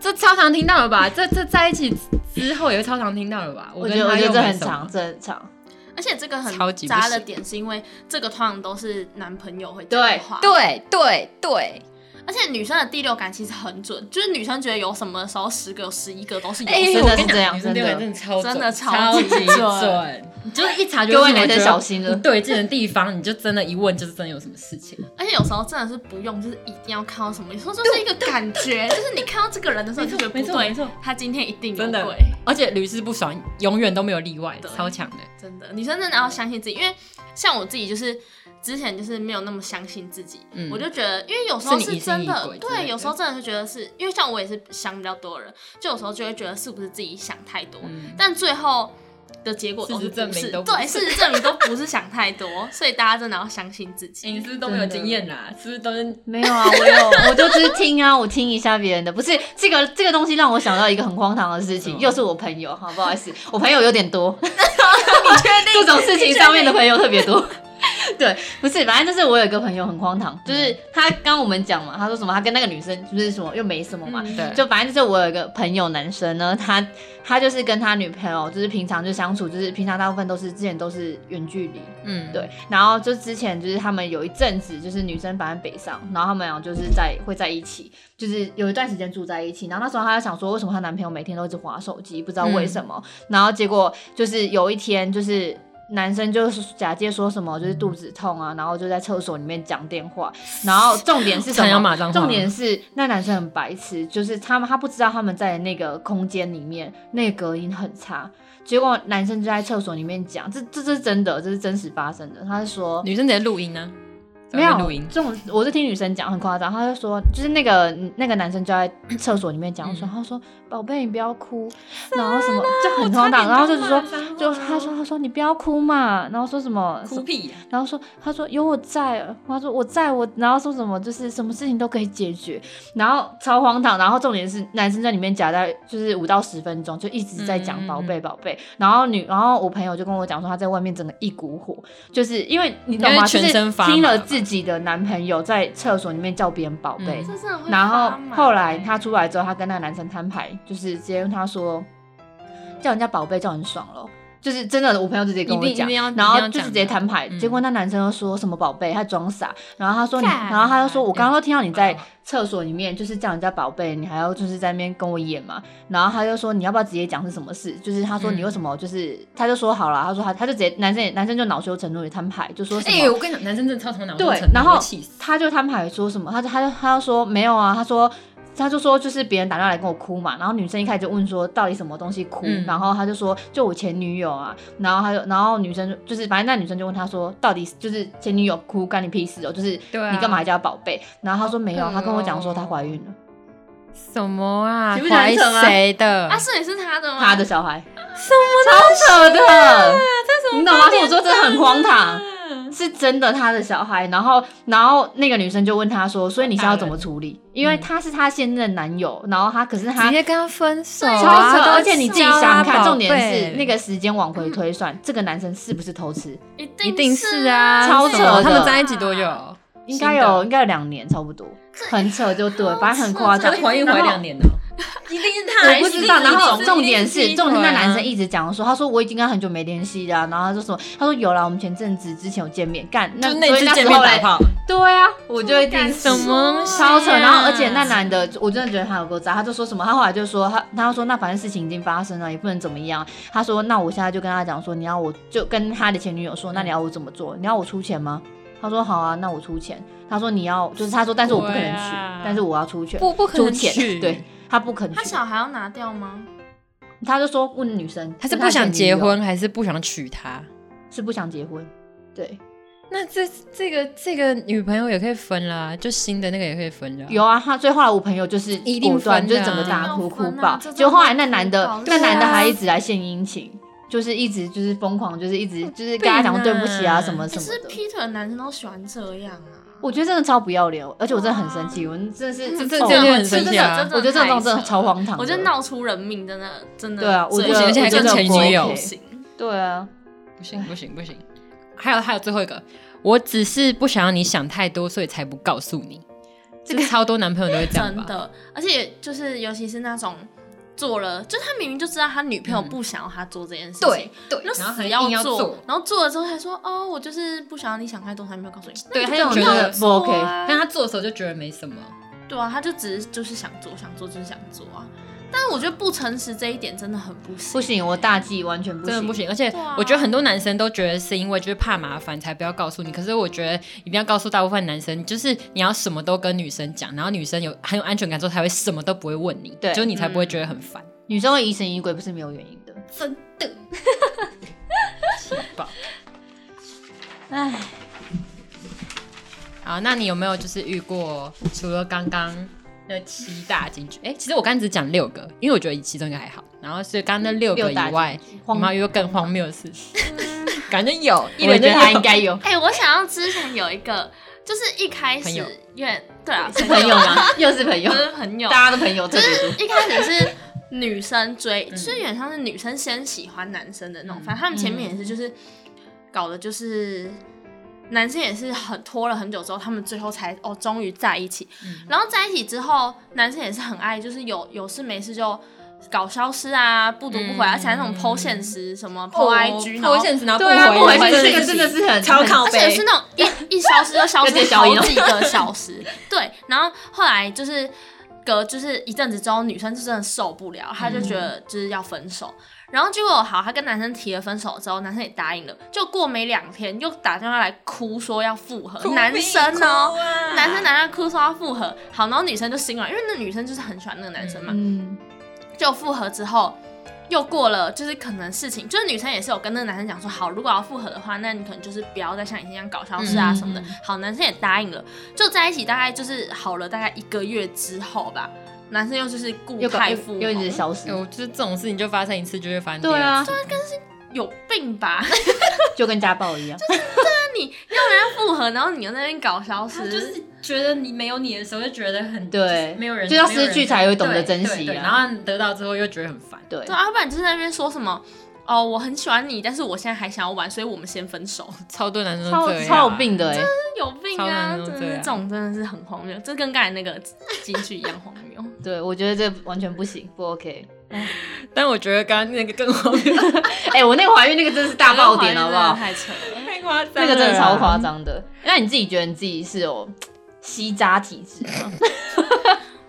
Speaker 1: 这超常听到了吧？这这在一起之后也超常听到了吧？
Speaker 2: 我
Speaker 1: 跟
Speaker 2: 觉得我
Speaker 1: 他
Speaker 2: 觉
Speaker 1: 又
Speaker 2: 得这
Speaker 1: 没
Speaker 2: 很
Speaker 1: 什么
Speaker 2: 长，。这很长。
Speaker 3: 而且这个很
Speaker 1: 超级不
Speaker 3: 渣的
Speaker 1: 行
Speaker 3: 点是因为这个通常都是男朋友会
Speaker 2: 对
Speaker 3: 讲话，
Speaker 1: 对对对，
Speaker 3: 而且女生的第六感其实很准，就是女生觉得有什么的时候，十个有十一个都是有
Speaker 1: 哎、
Speaker 3: 什
Speaker 2: 真
Speaker 1: 我
Speaker 3: 么。
Speaker 2: 的
Speaker 1: 跟你
Speaker 2: 是
Speaker 1: 讲，
Speaker 2: 这样
Speaker 1: 女
Speaker 2: 真
Speaker 1: 生六
Speaker 2: 的
Speaker 1: 感真的超
Speaker 3: 真
Speaker 1: 准
Speaker 3: 的
Speaker 1: 超
Speaker 3: 超级
Speaker 1: 级
Speaker 3: 准
Speaker 1: 准，你就是一查就
Speaker 2: 各位
Speaker 1: 是
Speaker 2: 男
Speaker 1: 我
Speaker 2: 生
Speaker 1: 觉得
Speaker 2: 小心了
Speaker 1: 你对劲的地方，你就真的，一问就是真的有什么事情。
Speaker 3: 而且有时候真的是不用，就是一定要看到什么，有时候就是一个感 觉，就是你看到这个人的时候，你就觉得
Speaker 1: 没
Speaker 3: 不
Speaker 1: 错没
Speaker 3: 对
Speaker 1: 错，
Speaker 3: 他今天一定有
Speaker 1: 真的
Speaker 3: 鬼
Speaker 1: 而且屡试不爽，永远都没有例外
Speaker 3: 对，
Speaker 1: 超强的。
Speaker 3: 真的，女生真的要相信自己，因为像我自己就是之前就是没有那么相信自己，
Speaker 1: 嗯
Speaker 3: 我就觉得，因为有时候
Speaker 1: 是你疑心
Speaker 3: 真
Speaker 1: 疑鬼
Speaker 3: 的，
Speaker 1: 之类的
Speaker 3: 对，有时候真的是觉得是因为像我也是想比较多的人，就有时候就会觉得是不是自己想太多，
Speaker 1: 嗯，
Speaker 3: 但最后的结果都是
Speaker 1: 事实证
Speaker 3: 不
Speaker 1: 明
Speaker 3: 是，
Speaker 1: 都不
Speaker 3: 对，
Speaker 1: 是
Speaker 3: 事实证明都不是想太多， 所以大家真的要相信自己。
Speaker 1: 隐私都没有经验啦，是不是都是
Speaker 2: 没有啊，我有，我就只是听啊，我听一下别人的。不是这个这个东西让我想到一个很荒唐的事
Speaker 1: 什
Speaker 2: 情，
Speaker 1: 么
Speaker 2: 又是我朋友，好不好意思，我朋友有点 多，
Speaker 3: 你确
Speaker 2: 这
Speaker 3: 定
Speaker 2: 种事情上面的朋友特别多。 对，不是，反正就是我有一个朋友很荒唐，就是他刚刚我们讲嘛，他说什么，他跟那个女生就是什么又没什么嘛，
Speaker 3: 嗯
Speaker 1: 对
Speaker 2: 就反正就是我有一个朋友男生呢，他他就是跟他女朋友就是平常就相处，就是平常大部分都是之前都是远距离，
Speaker 1: 嗯
Speaker 2: 对，然后就之前就是他们有一阵子就是女生反正北上，然后他们俩就是在会在一起，就是有一段时间住在一起。然后那时候她就想说，为什么她男朋友每天都一直划手机，不知道为什么。
Speaker 1: 嗯
Speaker 2: 然后结果就是有一天就是。男生就是假借说什么就是肚子痛啊，然后就在厕所里面讲电话，然后重点 是什
Speaker 1: 想要
Speaker 2: 么？
Speaker 1: 马上
Speaker 2: 重点是那男生很白痴，就是他们他不知道他们在那个空间里面那个隔音很差，结果男生就在厕所里面讲，这这这是真的，这是真实发生的。他是说
Speaker 1: 女生直接录音呢、啊在
Speaker 2: 没
Speaker 1: 那
Speaker 2: 有
Speaker 1: 边录音，
Speaker 2: 这种，我是听女生讲很夸张，他就说就是那个那个男生就在厕所里面讲
Speaker 1: 嗯
Speaker 2: 说，他说宝贝你不要哭，然后什么就很荒唐，然后就是说就他说他说你不要哭嘛，然后说什么
Speaker 1: 哭屁啊呀、
Speaker 2: 然后说，他说有我在，他说我在我，然后说什么就是什么事情都可以解决，然后超荒唐，然后重点是男生在里面夹在就是五到十分钟，就一直在
Speaker 1: 嗯嗯
Speaker 2: 讲
Speaker 1: 嗯
Speaker 2: 宝贝宝贝，然后女，然后我朋友就跟我讲说他在外面整个一股火，就是因为你懂
Speaker 1: 因
Speaker 2: 吗？
Speaker 1: 为
Speaker 2: 就
Speaker 1: 全
Speaker 2: 是
Speaker 1: 身发
Speaker 2: 听
Speaker 1: 麻
Speaker 2: 了
Speaker 1: 吧
Speaker 2: 自己的男朋友在厕所里面叫别人宝贝，
Speaker 1: 嗯
Speaker 3: 这真的会
Speaker 2: 然后
Speaker 3: 发麻欸
Speaker 2: 后来他出来之后，他跟那个男生摊牌，就是直接问他说，叫人家宝贝叫很爽咯。就是真的，我朋友直接跟我
Speaker 1: 一定
Speaker 2: 讲
Speaker 1: 一定要，
Speaker 2: 然
Speaker 1: 一定
Speaker 2: 后
Speaker 1: 要
Speaker 2: 就是
Speaker 1: 讲
Speaker 2: 直接摊牌。
Speaker 1: 嗯
Speaker 2: 结果那男生又说什么宝贝，他装傻，然后他说你，
Speaker 3: 干
Speaker 2: 然后他就说，我刚刚都听到你在厕所里面就是叫人家宝贝，你还要就是在那边跟我演嘛。然后他就说你要不要直接讲是什么事？就是他说
Speaker 1: 嗯
Speaker 2: 你为什么就是，他就说好了，他说他他就直接男生也男生就恼羞成怒也摊牌，就说什么
Speaker 1: 哎、我跟你讲，男生真的超头脑
Speaker 2: 对
Speaker 1: 真的
Speaker 2: 然后
Speaker 1: 我气死。
Speaker 2: 他就他们还说什么，他就他就他就说没有啊，他说他就说就是别人打电话来跟我哭嘛，然后女生一开始就问说到底什么东西哭，
Speaker 1: 嗯
Speaker 2: 然后他就说就我前女友啊，然后他就然后女生就就是反正那女生就问他说到底就是前女友哭干你屁事哦，就是
Speaker 1: 对啊
Speaker 2: 你干嘛还叫她宝贝？然后他说没有，啊
Speaker 1: 好笨
Speaker 2: 他跟我讲说
Speaker 1: 哦
Speaker 2: 她怀孕了，
Speaker 1: 什么啊
Speaker 2: 岂不是很扯吗
Speaker 1: 谁的
Speaker 3: 啊，摄影是他的吗？
Speaker 2: 他的小孩，
Speaker 1: 什么啊
Speaker 2: 超扯的，
Speaker 1: 什
Speaker 2: 你懂吗？所以我说这很荒唐。是真的他的小孩，然后然后那个女生就问他说，所以你是要怎么处理？因为他是他现任男友，然后他可是他
Speaker 1: 嗯直接跟他分手、
Speaker 2: 超
Speaker 1: 啊，
Speaker 2: 扯，
Speaker 1: 都
Speaker 2: 而且你自己想想看，重点是那
Speaker 1: 个
Speaker 2: 个时间往回推算，这个男生是不是偷吃？
Speaker 3: 一
Speaker 1: 一
Speaker 3: 定
Speaker 1: 定是啊，
Speaker 2: 超扯的
Speaker 1: 他们在一起多久？
Speaker 2: 应该有应该有两年差不多，很扯就对，反正很夸张
Speaker 1: 他。怀孕怀两年了，
Speaker 3: 一定是他，
Speaker 2: 我不知道。
Speaker 3: 一
Speaker 2: 然
Speaker 3: 定是
Speaker 2: 后
Speaker 3: 你
Speaker 2: 重点是，重点是那男生
Speaker 3: 一定
Speaker 2: 一直讲说，他说我已经跟他很久没联系了啊，然后他说什么？他说有啦，我们前阵子之前有见面，干那
Speaker 1: 就
Speaker 2: 所
Speaker 1: 是那
Speaker 2: 以
Speaker 1: 次
Speaker 2: 那
Speaker 1: 见
Speaker 2: 时
Speaker 1: 面
Speaker 2: 候
Speaker 1: 打
Speaker 2: 嘞，
Speaker 1: 炮，
Speaker 2: 对啊，我就一定
Speaker 3: 敢
Speaker 2: 死
Speaker 1: 什么东西
Speaker 2: 超扯。
Speaker 3: 啊
Speaker 2: 然后而且那男的，我真的觉得他有够渣，他就说什么，他后来就说他他说那反正事情已经发生了，也不能怎么样。他说那我现在就跟他讲说，你要我就跟他的前女友说，那你要我怎么做？你要我出钱吗？他说好啊，那我出钱。他说你要就是他说，但是我不可能
Speaker 1: 对
Speaker 2: 去
Speaker 1: 啊，
Speaker 2: 但是我要出钱，
Speaker 1: 不不可能
Speaker 2: 出钱
Speaker 1: 去，
Speaker 2: 对他不肯
Speaker 3: 是
Speaker 2: 去。
Speaker 3: 他小孩要拿掉吗？
Speaker 2: 他就说问女生，
Speaker 1: 他是
Speaker 2: 问
Speaker 1: 不想
Speaker 2: 前女
Speaker 1: 结
Speaker 2: 友
Speaker 1: 婚，，还是不想娶她？
Speaker 2: 是不想结婚。对，
Speaker 1: 那这这个这个女朋友也可以分啦，就新的那个也可以分了。
Speaker 2: 有啊，他所以后来我朋友就是
Speaker 1: 一定
Speaker 2: 果断
Speaker 1: 分
Speaker 2: 就是
Speaker 1: 的
Speaker 2: 整个
Speaker 1: 啊
Speaker 2: 大
Speaker 3: 要
Speaker 2: 哭哭
Speaker 3: 分啊
Speaker 2: 爆
Speaker 3: 这，真
Speaker 2: 结果后来
Speaker 3: 的
Speaker 2: 那
Speaker 3: 哭
Speaker 2: 男的
Speaker 3: 爆
Speaker 2: 那男的
Speaker 1: 对啊
Speaker 2: 还一直来献殷勤，就是一直就是疯狂，就是一直就是跟他讲 说对不起啊什么
Speaker 3: 可
Speaker 2: 什么
Speaker 3: 是
Speaker 2: 的。
Speaker 3: Peter 的男生都喜欢这样啊。
Speaker 2: 我觉得真的超不要脸，而且我真的很生
Speaker 3: 嗯
Speaker 2: 气，我真的是
Speaker 1: 这
Speaker 2: 这
Speaker 1: 这
Speaker 2: 种
Speaker 1: 这
Speaker 3: 的
Speaker 1: 很生气啊
Speaker 3: 真的
Speaker 2: 我觉得这种真
Speaker 3: 太
Speaker 2: 的
Speaker 3: 扯
Speaker 2: 超荒唐的
Speaker 3: 我觉得闹出人命，真的真的
Speaker 2: 对啊我
Speaker 3: 最
Speaker 2: 觉得
Speaker 3: 不行
Speaker 2: 而且还
Speaker 1: 跟前女友
Speaker 3: 不行。
Speaker 2: 对啊，
Speaker 1: 不行不行不行，还有还有最后一个，我只是不想让你想太多，所以才不告诉你。这个超多男朋友都会这样
Speaker 3: 真
Speaker 1: 吧？
Speaker 3: 的，而且就是尤其是那种做了，就是他明明就知道他女朋友不想要他做这件事情，
Speaker 1: 对
Speaker 3: 那
Speaker 1: 然后还
Speaker 3: 死
Speaker 1: 硬要
Speaker 3: 做，然后做了之后才说哦，我就是不想要你想太多，才没有告诉你。
Speaker 1: 对，
Speaker 3: 那
Speaker 1: 他
Speaker 2: 这
Speaker 1: 就
Speaker 3: 你
Speaker 2: 种
Speaker 1: 觉
Speaker 2: 真
Speaker 1: 得
Speaker 2: 的不 OK
Speaker 3: 做啊
Speaker 1: 但他做的时候就觉得没什么。
Speaker 3: 对啊，他就只是就是想做，想做就是想做啊。但是我觉得不诚实这一点真的很不行，
Speaker 2: 不行，我大忌完全不
Speaker 1: 真的不
Speaker 2: 行。
Speaker 1: 行，而且
Speaker 3: 对啊
Speaker 1: 我觉得很多男生都觉得是因为就是怕麻烦才不要告诉你，可是我觉得一定要告诉大部分男生，就是你要什么都跟女生讲，然后女生有很有安全感之后才会什么都不会问你，
Speaker 2: 对
Speaker 1: 就你才不会觉得很烦。
Speaker 2: 女生会疑神疑鬼不是没有原因的。
Speaker 1: 真的，气爆！
Speaker 2: 唉，
Speaker 1: 好，那你有没有就是遇过除了刚刚那七大金句？哎、其实我刚才只讲六个，因为我觉得其中一个还好。然后所以刚刚那六个
Speaker 2: 六大
Speaker 1: 以外，我
Speaker 2: 荒
Speaker 1: 们还遇过更荒谬的事， 感觉有，一
Speaker 2: 我
Speaker 1: 人就
Speaker 2: 觉得他应
Speaker 1: 有。
Speaker 2: 该有
Speaker 3: 哎、我想要之前有一个，就是一开始
Speaker 1: 朋友
Speaker 3: 因为对啊，
Speaker 2: 是朋友 吗？又是朋友
Speaker 3: 就，是朋友，
Speaker 2: 大家的朋友特
Speaker 3: 就
Speaker 2: 别
Speaker 3: 是
Speaker 2: 多。
Speaker 3: 一开始是女生追，
Speaker 1: 嗯
Speaker 3: 就是有点像是女生先喜欢男生的那种，反正他们前面也
Speaker 1: 嗯
Speaker 3: 是就是搞的就是。男生也是很拖了很久之后，他们最后才哦，终于在一起。
Speaker 1: 嗯
Speaker 3: 然后在一起之后，男生也是很爱，就是有有事没事就搞消失啊，不读不回啊，而且还那种剖现实什么剖 IG，然后
Speaker 1: 嗯哦现实，然后
Speaker 2: 对啊，不
Speaker 1: 不
Speaker 2: 回
Speaker 1: 回
Speaker 2: 去
Speaker 1: 这
Speaker 2: 这个真的是很
Speaker 1: 超
Speaker 2: 很
Speaker 1: 靠
Speaker 3: 而且是
Speaker 1: 背。
Speaker 3: 那种一一消失就消
Speaker 2: 要接
Speaker 3: 失
Speaker 2: 小姨
Speaker 3: 好
Speaker 2: 了
Speaker 3: 几个小 时，对。然后后来就是隔就是一阵子之后，女生就真的受不了，她就觉得就是要分手。然后结果好，她跟男生提了分手之后，男生也答应了。就过没两天，又打电话来哭说要复合，男生哦、
Speaker 1: 啊
Speaker 3: 男生打电话哭说要复合。好，然后女生就心软，因为那女生就是很喜欢那个男生嘛。
Speaker 2: 嗯，
Speaker 3: 就复合之后，又过了，就是可能事情，就是女生也是有跟那个男生讲说，好，如果要复合的话，那你可能就是不要再像以前一样搞消失啊
Speaker 1: 嗯
Speaker 3: 什么的。好，男生也答应了，就在一起，大概就是好了，大概一个月之后吧，男生又就是固
Speaker 2: 又搞
Speaker 3: 态复
Speaker 2: 又
Speaker 3: 合，
Speaker 2: 又一直消失
Speaker 1: 哎，，我就是这种事情就发生一次就会发生第二
Speaker 2: 对啊
Speaker 1: 次，，
Speaker 3: 有病吧？
Speaker 2: 就跟家暴一样。
Speaker 3: 那你又来复合，然后你又在那边搞消失，
Speaker 1: 就是觉得你没有你的时候就觉得很
Speaker 2: 对
Speaker 1: 没有人
Speaker 2: 就要
Speaker 1: 没有人
Speaker 2: 失去才会懂得珍惜啊
Speaker 1: 对对对然后得到之后又觉得很烦。
Speaker 2: 对
Speaker 3: 对，啊，要不然就是在那边说什么。哦，我很喜欢你，但是我现在还想要玩，所以我们先分手。
Speaker 1: 超多男生都
Speaker 2: 超
Speaker 1: 这样
Speaker 2: 超有病的哎、
Speaker 3: 有病
Speaker 1: 超
Speaker 3: 啊！
Speaker 1: 难
Speaker 3: 真
Speaker 1: 弄
Speaker 3: 的
Speaker 1: 对
Speaker 3: 是
Speaker 1: 啊
Speaker 3: 这种真的是很荒谬，这跟刚才那个金句一样荒谬。
Speaker 2: 对，我觉得这完全不行，不 OK。
Speaker 1: 但我觉得刚刚那个更荒 谬，
Speaker 2: 哎、我那个怀孕那个真的是大爆点，好不好？
Speaker 3: 太扯了。
Speaker 1: 太夸张了
Speaker 2: 那
Speaker 1: 啦，
Speaker 2: 个真的超夸张的。那你自己觉得你自己是有吸渣体质吗？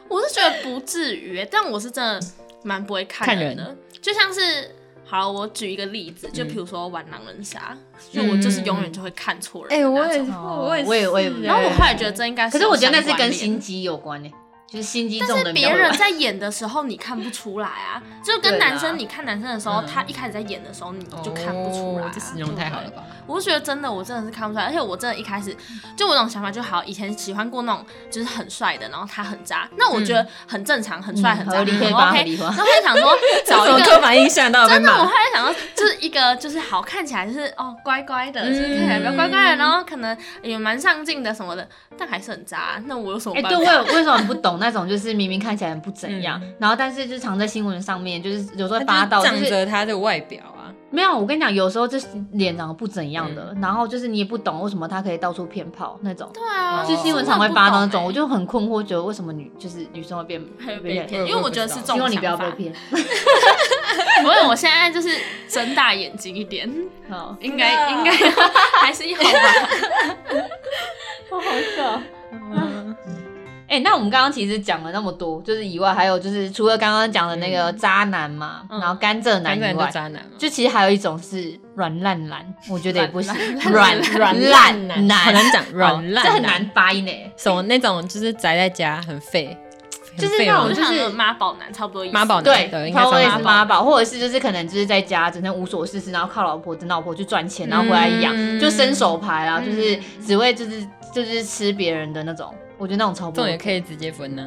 Speaker 3: 我是觉得不至于欸，但我是真的蛮不会看人的，
Speaker 1: 看
Speaker 3: 就像是。好，我举一个例子，就比如说玩狼人杀，就我就是永远就会看错人
Speaker 1: 哎，
Speaker 3: 的
Speaker 1: 我也
Speaker 3: 那种。
Speaker 2: 哦
Speaker 1: 我也
Speaker 2: 我也
Speaker 1: 是
Speaker 2: 我也
Speaker 1: 欸
Speaker 3: 然后我后来觉得这应该
Speaker 2: 可是我觉得那
Speaker 3: 有
Speaker 2: 是
Speaker 3: 相
Speaker 2: 跟
Speaker 3: 关联
Speaker 2: 心机有关哎、就是心机重
Speaker 3: 但
Speaker 2: 的
Speaker 3: 是
Speaker 2: 比较
Speaker 3: 别
Speaker 2: 会
Speaker 3: 人
Speaker 2: 玩
Speaker 3: 在演的时候你看不出来啊，就跟
Speaker 2: 对啦
Speaker 3: 男生你看男生的时候，
Speaker 1: 嗯
Speaker 3: 他一开始在演的时候你就看不出来、啊
Speaker 1: 哦这形容太好了
Speaker 3: 对不对
Speaker 1: 吧？
Speaker 3: 我就觉得真的，我真的是看不出来，而且我真的一开始
Speaker 2: 嗯
Speaker 3: 就我那种想法就好，以前喜欢过那种就是很帅的，然后他很渣，那我觉得很正常，很帅，很渣，
Speaker 2: 嗯合理
Speaker 3: 很
Speaker 2: 可以吧合
Speaker 3: OK。
Speaker 2: 理吧
Speaker 3: 那我 就想说找
Speaker 1: 这
Speaker 3: 一
Speaker 1: 种
Speaker 3: 个
Speaker 1: 刻。板印象到底被
Speaker 3: 真的，我
Speaker 1: 骂
Speaker 3: 后。来想到，就是一个就是好看起来就是哦乖乖的，就是看起来比较乖乖
Speaker 2: 嗯
Speaker 3: 的，然后可能也蛮上进的什么的，但还是很渣。那我有什么
Speaker 2: 哎、
Speaker 3: 办
Speaker 2: 对，我
Speaker 3: 法？
Speaker 2: 有为什么不懂那种，就是明明看起来很不怎样，
Speaker 1: 嗯
Speaker 2: 然后但是就常在新闻上面，就是有时候
Speaker 1: 他
Speaker 2: 发到，就
Speaker 1: 就是仗
Speaker 2: 是
Speaker 1: 着他的外表啊，
Speaker 2: 没有，我跟你讲，有时候就是脸长得不怎样的，然后就是你也不懂为什么他可以到处骗炮那种，
Speaker 3: 对啊，
Speaker 2: 就
Speaker 1: 哦
Speaker 2: 新闻常会发那种，我
Speaker 3: 真的
Speaker 2: 就很困惑，觉得为什么女就是女生会变
Speaker 3: 不懂欸被骗，
Speaker 1: 我
Speaker 3: 因为我觉得是这
Speaker 2: 希
Speaker 3: 种
Speaker 2: 望你不要
Speaker 3: 想法
Speaker 2: 被。骗。
Speaker 3: 不会，我现在就是睁大眼睛一 点，
Speaker 2: 好，
Speaker 3: 应
Speaker 1: 真
Speaker 3: 该
Speaker 1: 的
Speaker 3: 应该 还是有吧。
Speaker 2: 好好笑。哎、那我们刚刚其实讲了那么多，就是以外，还有就是除了刚刚讲的那个渣男嘛，
Speaker 3: 嗯
Speaker 2: 然后甘蔗男
Speaker 1: 男
Speaker 2: 以
Speaker 1: 人都
Speaker 2: 外，
Speaker 1: 渣男嘛，
Speaker 2: 就其实还有一种是软烂男，我觉得也不行，软
Speaker 3: 烂
Speaker 2: 软
Speaker 1: 烂
Speaker 2: 烂男，
Speaker 1: 很难讲，软
Speaker 2: 哦
Speaker 1: 烂
Speaker 2: 这很
Speaker 1: 男
Speaker 2: 难发音欸诶。
Speaker 1: 什么那种就是宅在家很废，
Speaker 2: 就是
Speaker 1: 很废哦
Speaker 2: 那
Speaker 1: 吗
Speaker 2: 种
Speaker 3: 我就想说妈宝男差不多意思，
Speaker 1: 妈宝男
Speaker 2: 对
Speaker 1: 对，应该
Speaker 2: 他
Speaker 1: 是
Speaker 2: 会
Speaker 1: 妈
Speaker 2: 是
Speaker 1: 宝
Speaker 2: 妈宝，或者是就是可能就是在家整天无所事事，然后靠老婆等老婆去赚钱，然后回来养，
Speaker 1: 嗯
Speaker 2: 就伸手牌啦，
Speaker 3: 嗯
Speaker 2: 就是只会就是就是吃别人的那种，我觉得那种超不
Speaker 1: 这种也
Speaker 2: OK。
Speaker 1: 可以直接分呢、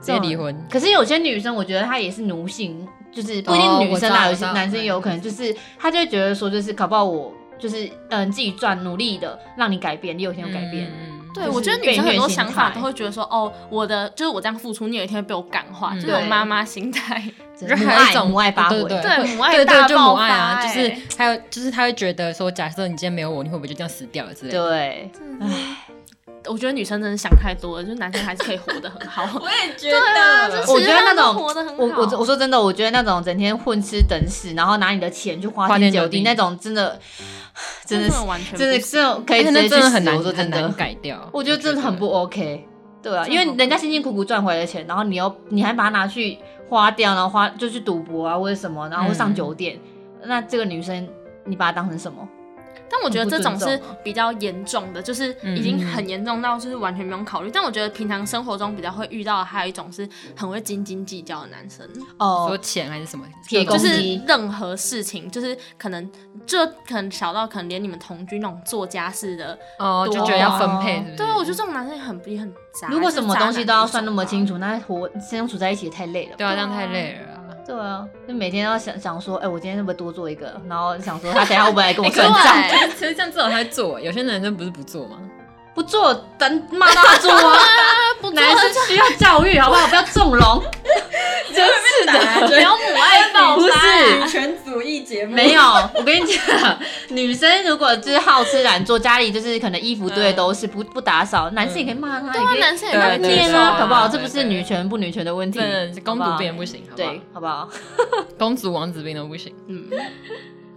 Speaker 1: 直
Speaker 2: 这
Speaker 1: 接
Speaker 2: 种
Speaker 1: 离婚。
Speaker 2: 可是有些女生，我觉得她也是奴性，就是不一定
Speaker 1: 哦
Speaker 2: 女
Speaker 1: 我知
Speaker 2: 生
Speaker 1: 道
Speaker 2: 啦，
Speaker 1: 我
Speaker 2: 有
Speaker 1: 知
Speaker 2: 些
Speaker 1: 道嗯
Speaker 2: 男生也有可能就是她就会觉得说，就是搞不好我就是嗯自己赚，努力的让你改变，你有一天会改变。
Speaker 1: 嗯
Speaker 3: 对，
Speaker 2: 就是
Speaker 3: 我觉得女生很多想
Speaker 2: 被
Speaker 3: 法
Speaker 2: 虐心态
Speaker 3: 都会觉得说，哦，我的就是我这样付出，你有一天会被我感化，
Speaker 1: 嗯
Speaker 3: 这种妈妈心态，
Speaker 2: 真
Speaker 1: 就
Speaker 2: 的母
Speaker 1: 还有一
Speaker 2: 爱
Speaker 1: 种哦
Speaker 2: 母爱发挥，
Speaker 1: 对对
Speaker 3: 对母爱
Speaker 1: 对
Speaker 3: 大
Speaker 1: 对，就母
Speaker 3: 爆
Speaker 1: 爱啊，
Speaker 3: 发
Speaker 1: 就
Speaker 3: 欸
Speaker 1: 是
Speaker 2: 哎
Speaker 1: 还有就是他会觉得说，假设你今天没有我，你会不会就这样死掉了之类的。
Speaker 2: 对
Speaker 3: 我觉得女生真的想太多了，就是男生还是可以活得很好。
Speaker 1: 也觉
Speaker 3: 对啊，就 是
Speaker 2: 我觉得那种
Speaker 3: 其实他们都活得很好。
Speaker 2: 我我我说真的，我觉得那种整天混吃等死，然后拿你的钱去花
Speaker 1: 花
Speaker 2: 天
Speaker 1: 天
Speaker 2: 酒
Speaker 1: 酒
Speaker 2: 地
Speaker 1: 地
Speaker 2: 那种，真的真的是
Speaker 3: 完全不
Speaker 2: 真的
Speaker 3: 行
Speaker 2: 这种可以
Speaker 1: 而且
Speaker 2: 直
Speaker 1: 哎那
Speaker 2: 接去
Speaker 1: 真的很
Speaker 2: 死。
Speaker 1: 难
Speaker 2: 我说真
Speaker 1: 很难
Speaker 2: 的，
Speaker 1: 改掉。
Speaker 2: 我觉得真的很不 OK。对啊，
Speaker 3: 真的
Speaker 2: 因为
Speaker 3: 很不
Speaker 2: 人家辛辛苦苦赚回来的钱，然后你又你还把它拿去花掉，然后花就去赌博啊或者什么，然后上
Speaker 1: 嗯
Speaker 2: 酒店，那这个女生你把她当成什么？
Speaker 3: 但我觉得这种
Speaker 2: 很
Speaker 3: 是
Speaker 2: 不尊重啊嗯
Speaker 3: 比较严重的，就是已经很严重到就是完全不用考虑。但我觉得平常生活中比较会遇到的，还有一种是很会斤斤计较的男生，
Speaker 1: 说
Speaker 2: 哦，
Speaker 1: 钱还是什么，
Speaker 2: 铁公
Speaker 3: 就
Speaker 2: 鸡
Speaker 3: 是任何事情，就是可能这可能小到可能连你们同居那种做家事的，
Speaker 1: 哦，就觉得要分配，是不是
Speaker 3: 对啊，我觉得这种男生也很也很渣。
Speaker 2: 如果什么东西都要算那么清
Speaker 3: 楚，
Speaker 2: 楚，那活相处在一起也太累了吧
Speaker 1: 对。啊，这样太累了啊。
Speaker 2: 对啊，就每天要想想说，哎、我今天是不是多做一个？然后想说他等一下会不会来跟我算账？
Speaker 3: 对，
Speaker 1: 其实这样至少他会做，有些男生不是不做吗？
Speaker 2: 不做，等骂到他做啊！
Speaker 3: 不做
Speaker 2: 男生需要教育，好不好？不要纵容。真是 的，
Speaker 3: 不要母爱爆
Speaker 2: 不
Speaker 3: 发。
Speaker 2: 是
Speaker 1: 权主义节目
Speaker 2: 没有。我跟你讲， 女生如果就是好吃懒做，家里就是可能衣服堆的都是不不打扫，男生也可以骂他，
Speaker 3: 对啊，
Speaker 2: 也可以
Speaker 3: 男生也
Speaker 1: 对
Speaker 3: 会
Speaker 1: 对对
Speaker 2: 念
Speaker 3: 念
Speaker 2: 啊，
Speaker 3: 啊，
Speaker 2: 好不好？
Speaker 1: 对
Speaker 2: 这
Speaker 1: 对
Speaker 2: 不是女权不女权的问题，
Speaker 1: 对，公
Speaker 2: 好不
Speaker 1: 主
Speaker 2: 好
Speaker 1: 病不行，好不好
Speaker 2: 对，好不好？
Speaker 1: 公主王子病都不行。
Speaker 3: 嗯，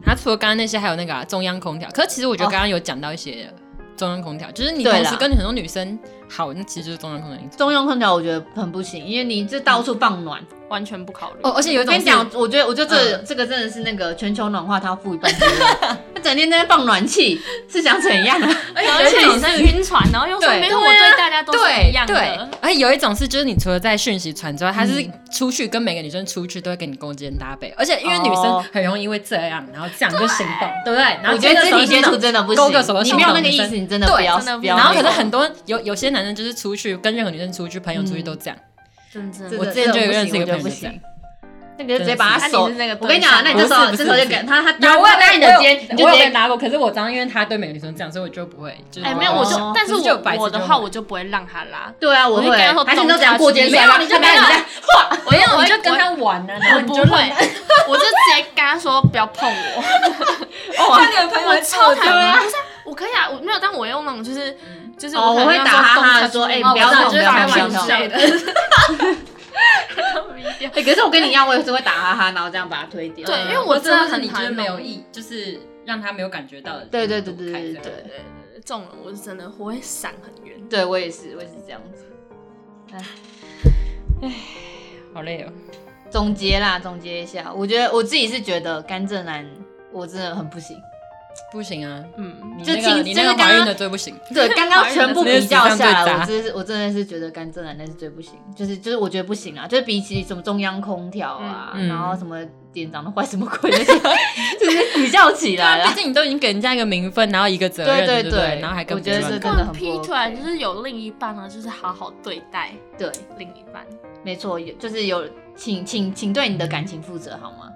Speaker 1: 他除了刚刚那些，还有那个、啊、中央空调。可是其实我觉得刚刚有讲到一些中央空调，就是你
Speaker 2: 对啦
Speaker 1: 同时跟很多女生好，那其实就是中央空调。
Speaker 2: 中庸空调我觉得很不行，因为你这到处放暖，
Speaker 3: 完全不考虑。
Speaker 1: 哦，而且有一
Speaker 2: 我
Speaker 1: 种
Speaker 2: 跟你
Speaker 1: 是
Speaker 2: 讲，我觉得，我觉得这、这个真的是那个全球暖化，它要负一半责任。他整天在那放暖气，是想怎样啊？
Speaker 3: 而且女生晕船，然后又说
Speaker 1: 对
Speaker 3: 没有，我对大家都是
Speaker 1: 对
Speaker 3: 一样
Speaker 1: 对
Speaker 3: 的。，
Speaker 1: 而且有一种是，就是你除了在讯息传之外，他是出去跟每个女生出去都会跟你攻坚搭背，而且因为女生
Speaker 2: 哦
Speaker 1: 很容易因为这样，然后这样就行动，对不对？然后
Speaker 2: 我觉得
Speaker 1: 这
Speaker 2: 肢
Speaker 1: 个
Speaker 2: 体接
Speaker 1: 手
Speaker 2: 触
Speaker 1: 就
Speaker 2: 真的不
Speaker 1: 勾个
Speaker 2: 行，
Speaker 1: 手的
Speaker 2: 你
Speaker 1: 手
Speaker 2: 没有那
Speaker 1: 动
Speaker 2: 个
Speaker 1: 的
Speaker 2: 意
Speaker 1: 那
Speaker 2: 思，你真的
Speaker 1: 对
Speaker 2: 不要，
Speaker 3: 真的
Speaker 2: 不
Speaker 3: 不
Speaker 2: 要
Speaker 3: 要
Speaker 2: 那
Speaker 1: 然
Speaker 2: 个。
Speaker 1: 后可是很多有有些男生就是出去跟任何女生出去，朋友出去都这样。
Speaker 3: 真的
Speaker 2: 这
Speaker 1: 我
Speaker 2: 个
Speaker 1: 之前就有
Speaker 2: 这
Speaker 1: 认识一
Speaker 2: 我
Speaker 1: 个
Speaker 2: 觉得不
Speaker 1: 朋友就这
Speaker 2: 行
Speaker 1: 样。
Speaker 2: 那个就直接把他
Speaker 3: 真的是
Speaker 2: 手，
Speaker 3: 啊你是那个
Speaker 2: 我跟你讲啊，那
Speaker 3: 对
Speaker 2: 你这时候
Speaker 1: 不是
Speaker 2: 这
Speaker 1: 不是
Speaker 2: 时候就
Speaker 1: 不是
Speaker 2: 给他他
Speaker 1: 有，我有
Speaker 2: 搭
Speaker 1: 搭
Speaker 2: 你
Speaker 1: 你
Speaker 2: 的
Speaker 1: 的
Speaker 2: 肩
Speaker 1: 肩，，
Speaker 2: 你就直
Speaker 1: 我有被
Speaker 2: 接
Speaker 1: 拿过，可是我当因为他对每个女生这样，所以我就不会。就是
Speaker 3: 哎，没有，我就
Speaker 2: 哦，
Speaker 3: 但是
Speaker 1: 不就白
Speaker 3: 我
Speaker 1: 痴
Speaker 3: 我的
Speaker 1: 就
Speaker 3: 话，我就不会让他拉，
Speaker 2: 对啊，我
Speaker 3: 我就
Speaker 2: 会
Speaker 3: 跟他说，
Speaker 2: 还是你都
Speaker 3: 动
Speaker 2: 这样
Speaker 3: 家
Speaker 2: 过肩
Speaker 3: 去
Speaker 2: 摔
Speaker 3: 没
Speaker 2: 吧，
Speaker 3: 有你就
Speaker 2: 他把
Speaker 3: 没有
Speaker 2: 你这样
Speaker 3: 我没有，
Speaker 1: 我
Speaker 3: 我
Speaker 1: 就
Speaker 3: 就
Speaker 1: 跟
Speaker 3: 跟
Speaker 1: 他
Speaker 3: 他，
Speaker 1: 玩啊，然后
Speaker 3: 我
Speaker 1: 你
Speaker 3: 不
Speaker 1: 就
Speaker 3: 会，我就直接跟他说不要碰我。
Speaker 1: 他那个朋
Speaker 3: 哎我超讨
Speaker 1: 对
Speaker 3: 厌，
Speaker 1: 啊
Speaker 3: 不是啊我可以啊，我没有，但我用那种就是就是
Speaker 2: 哦，
Speaker 3: 可
Speaker 2: 我
Speaker 3: 能
Speaker 2: 会
Speaker 3: 要
Speaker 2: 打哈
Speaker 3: 动
Speaker 2: 哈
Speaker 3: 他
Speaker 2: 说，哎，
Speaker 3: 哦
Speaker 2: 不要
Speaker 3: 我知道
Speaker 2: 动，
Speaker 1: 动
Speaker 2: 不
Speaker 1: 就是
Speaker 2: 要
Speaker 1: 开
Speaker 2: 动，不要
Speaker 1: 玩
Speaker 2: 动
Speaker 1: 笑。
Speaker 3: 的。对，
Speaker 2: 哎，可是我跟你一样，我有时候会打哈哈，然后这样把他推掉。
Speaker 3: 对因为
Speaker 1: 我
Speaker 3: 我
Speaker 1: 真的
Speaker 3: 真的
Speaker 1: 是
Speaker 3: 很
Speaker 1: 你就
Speaker 3: 讨
Speaker 1: 是
Speaker 3: 厌
Speaker 1: 没有
Speaker 3: 那种
Speaker 1: 意，就是让他没有感觉到的。
Speaker 2: 对对对对对对
Speaker 1: 对。
Speaker 2: 对
Speaker 3: 这种人我是真的我会闪很远。
Speaker 2: 对，我也是，我也是这样子。
Speaker 1: 好累哦。
Speaker 2: 总结啦，总结一下，我觉得我自己是觉得甘蔗男我真的很不行。
Speaker 1: 不行啊，
Speaker 3: 嗯，
Speaker 1: 你
Speaker 2: 就
Speaker 1: 那个
Speaker 2: 听
Speaker 1: 你
Speaker 2: 就
Speaker 1: 那
Speaker 2: 是
Speaker 1: 个
Speaker 2: 刚
Speaker 1: 怀孕
Speaker 2: 刚
Speaker 1: 的最不行。
Speaker 2: 对，刚刚全部比较下来，我真是我真的是觉得甘蔗男那是最不行，就是就是我觉得不行啊，就是比起什么中央空调啊，
Speaker 1: 嗯嗯
Speaker 2: 然后什么脸长得坏什么鬼那些， 就是比较起来
Speaker 1: 啊
Speaker 2: 啊
Speaker 1: 毕
Speaker 2: 啦。
Speaker 1: 竟你都已经给人家一个名分，然后一个责
Speaker 2: 对
Speaker 1: 任，
Speaker 2: 对
Speaker 1: 对
Speaker 2: 对
Speaker 1: 不然后还跟
Speaker 2: 我觉得
Speaker 1: 别
Speaker 2: 这
Speaker 1: 人乱搞
Speaker 2: 真的很不
Speaker 3: 劈
Speaker 2: OK
Speaker 3: 腿就是有另一半呢，就是好好对待
Speaker 2: 对，
Speaker 3: 另一半。
Speaker 2: 没错，有就是有，请请请对你的感情负责好吗？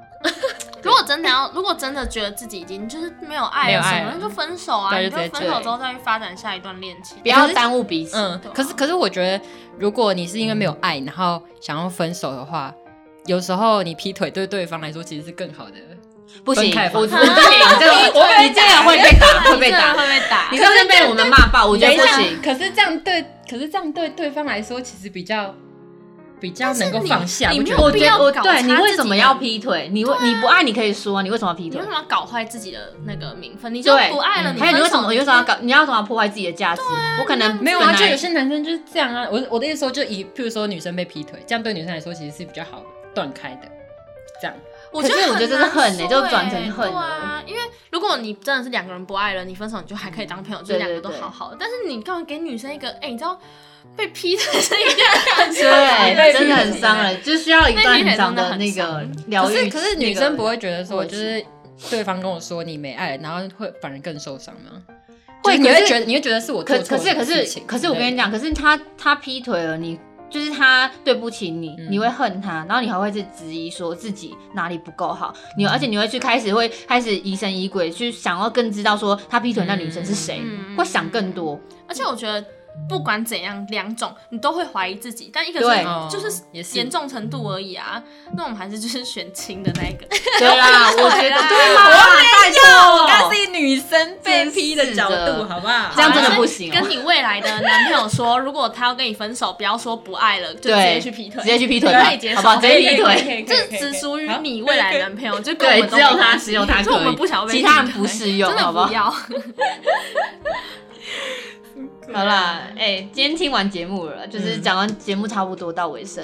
Speaker 3: 如果真的要，如果真的觉得自己已经就是没有爱
Speaker 1: 没有
Speaker 3: 了什
Speaker 1: 爱
Speaker 3: 么，
Speaker 1: 了
Speaker 3: 那就分手啊，
Speaker 1: 对
Speaker 3: 你
Speaker 1: 就直
Speaker 3: 就
Speaker 1: 接
Speaker 3: 分手之后再去发展下一段恋情。
Speaker 2: 不要耽误彼此。
Speaker 1: 嗯
Speaker 3: 对啊，
Speaker 1: 可是可嗯是我觉得，如果你是因为没有爱，然后想要分手的话，有时候你劈腿对对方来说其实是更好的
Speaker 2: 不行
Speaker 1: 分开，
Speaker 2: 我
Speaker 1: 放
Speaker 2: 我不行，这个
Speaker 1: 我跟
Speaker 2: 你
Speaker 1: 你
Speaker 2: 这样
Speaker 1: 讲
Speaker 2: 会被打，会
Speaker 3: 啊真
Speaker 2: 被
Speaker 3: 的
Speaker 2: 打，
Speaker 3: 会被打
Speaker 2: 你。这样就被我们骂爆，我觉得不行。
Speaker 1: 可是这样对，可是这样对对方来说其实比较比较能够
Speaker 3: 但是你
Speaker 1: 放下，
Speaker 3: 你
Speaker 1: 不觉
Speaker 3: 没
Speaker 1: 得
Speaker 3: 有
Speaker 2: 我
Speaker 1: 吗？
Speaker 2: 觉得我
Speaker 3: 不要搞
Speaker 2: 对
Speaker 3: 差
Speaker 2: 你为
Speaker 3: 自
Speaker 2: 什么
Speaker 3: 己的
Speaker 2: 要劈腿？你为你不爱你可以说，你为什么要劈
Speaker 3: 你
Speaker 2: 腿
Speaker 3: 为什？么要搞坏自己的那个名分？你就
Speaker 2: 对，
Speaker 3: 不爱了，
Speaker 2: 嗯
Speaker 3: 你
Speaker 2: 还有你
Speaker 3: 分
Speaker 2: 为什
Speaker 3: 手
Speaker 2: 么你为什么要搞？你要怎么破坏自己的价值？我可能
Speaker 1: 没有
Speaker 2: 本
Speaker 1: 啊，
Speaker 2: 来
Speaker 1: 就有些男生就是这样啊。我我的意思说，就以譬如说女生被劈腿，这样对女生来说其实是比较好断开的。这样，
Speaker 3: 我
Speaker 2: 可
Speaker 3: 觉得
Speaker 2: 是我
Speaker 3: 很
Speaker 2: 觉得这是
Speaker 3: 难
Speaker 2: 恨欸
Speaker 3: 说
Speaker 2: 就转
Speaker 3: 欸
Speaker 2: 成恨
Speaker 3: 对啊，因为如果你真的是两个人不爱了，你分手你就还可以当朋友，就是
Speaker 2: 对
Speaker 3: 两
Speaker 2: 嗯
Speaker 3: 个
Speaker 2: 对
Speaker 3: 都
Speaker 2: 对
Speaker 3: 好好的。但是你干嘛给女生一个？哎、你知道被劈腿是一件 很
Speaker 2: 对，真的很
Speaker 3: 对
Speaker 2: 伤人，就需要一段很长的那
Speaker 3: 那
Speaker 2: 个
Speaker 3: 你
Speaker 2: 疗
Speaker 1: 可
Speaker 2: 愈。
Speaker 1: 是可是女生不
Speaker 2: 会
Speaker 1: 会觉得说，
Speaker 2: 过去
Speaker 1: 就是对方跟我说你没爱，然后会反而更受伤吗？
Speaker 2: 会可
Speaker 1: 就是你会
Speaker 2: 是
Speaker 1: 觉得你会觉得是我做
Speaker 2: 可可
Speaker 1: 错了
Speaker 2: 是可
Speaker 1: 事
Speaker 2: 是
Speaker 1: 情
Speaker 2: 可是我跟你讲，可是他他劈腿了你。就是他对不起你，
Speaker 1: 嗯
Speaker 2: 你会恨他，然后你还会去质疑说自己哪里不够好，你
Speaker 1: 嗯
Speaker 2: 而且你会去开始会开始疑神疑鬼，去想要更知道说他劈腿那女生是谁，
Speaker 3: 嗯
Speaker 2: 会想更多。
Speaker 3: 而且我觉得不管怎样，两种你都会怀疑自己，但一个
Speaker 2: 对
Speaker 3: 是
Speaker 1: 哦
Speaker 3: 就是
Speaker 1: 也是
Speaker 3: 严重程度而已啊。那我们还是就是选轻的那一个。
Speaker 2: 对啦，我觉得
Speaker 3: 啦
Speaker 2: 对啊吗？拜
Speaker 1: 哦我刚刚
Speaker 2: 托，
Speaker 1: 是以女生被劈的角
Speaker 2: 真是
Speaker 1: 度，
Speaker 2: 的
Speaker 1: 好不好？啊
Speaker 2: 这样真的不行哦
Speaker 3: 跟你未来的男朋友说，如果他要跟你分手，不要说不爱了，就直接
Speaker 2: 对，
Speaker 3: 去劈腿，
Speaker 2: 直接去劈腿
Speaker 3: 可
Speaker 2: 吧
Speaker 3: 以接，受
Speaker 2: 好不好？直接劈
Speaker 1: 可以
Speaker 2: 腿。
Speaker 1: 可以可以
Speaker 3: 这
Speaker 1: 可以
Speaker 3: 只属于
Speaker 1: 好
Speaker 3: 你未来的男朋友，就跟我
Speaker 2: 对，
Speaker 3: 们都
Speaker 2: 只有
Speaker 3: 没
Speaker 2: 他，
Speaker 3: 关系
Speaker 2: 只有他
Speaker 3: 就我
Speaker 2: 可
Speaker 3: 们不想要
Speaker 2: 以，
Speaker 3: 被
Speaker 2: 其他人
Speaker 3: 劈腿
Speaker 2: 不适用，
Speaker 3: 真的
Speaker 2: 好不好
Speaker 3: 不？要。
Speaker 2: 好啦，哎、今天听完节目了，就是讲完节目差不多到尾声，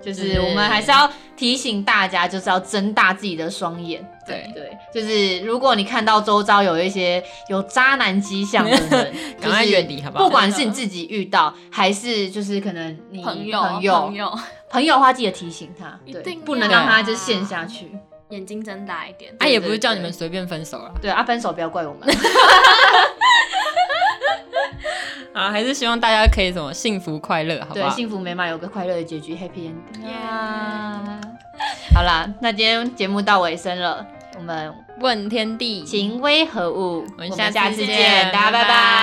Speaker 2: 就是我们还是要提醒大家，就是要睁大自己的双眼。
Speaker 1: 对
Speaker 2: 对，就是如果你看到周遭有一些有渣男迹象的人，
Speaker 1: 赶快
Speaker 2: 就是
Speaker 1: 远离好不好
Speaker 2: 不管是你自己遇到，还是就是可能你
Speaker 3: 朋友，
Speaker 2: 朋友
Speaker 3: 朋友，
Speaker 2: 朋友的话，记得提醒他，
Speaker 3: 一
Speaker 2: 对
Speaker 3: 定，
Speaker 2: 不能
Speaker 3: 要
Speaker 2: 让他就陷下去。
Speaker 3: 眼睛睁大一点。
Speaker 1: 啊，也不
Speaker 2: 对对
Speaker 1: 是叫你们随便分手了。
Speaker 2: 对啊，分手不要怪我们。
Speaker 1: 啊，还是希望大家可以什么幸福快乐，好不
Speaker 2: 对，
Speaker 1: 好？
Speaker 2: 幸福美满有个快乐的结局，Happy Ending。
Speaker 3: Yeah
Speaker 2: 好啦，那今天节目到尾声了，我们
Speaker 1: 问天地，
Speaker 2: 情微何物？我
Speaker 1: 我们
Speaker 2: 们
Speaker 1: 下
Speaker 2: 下
Speaker 1: 次
Speaker 2: 次
Speaker 1: 见
Speaker 2: 见，大家
Speaker 1: 拜
Speaker 2: 拜
Speaker 1: 拜
Speaker 2: 拜。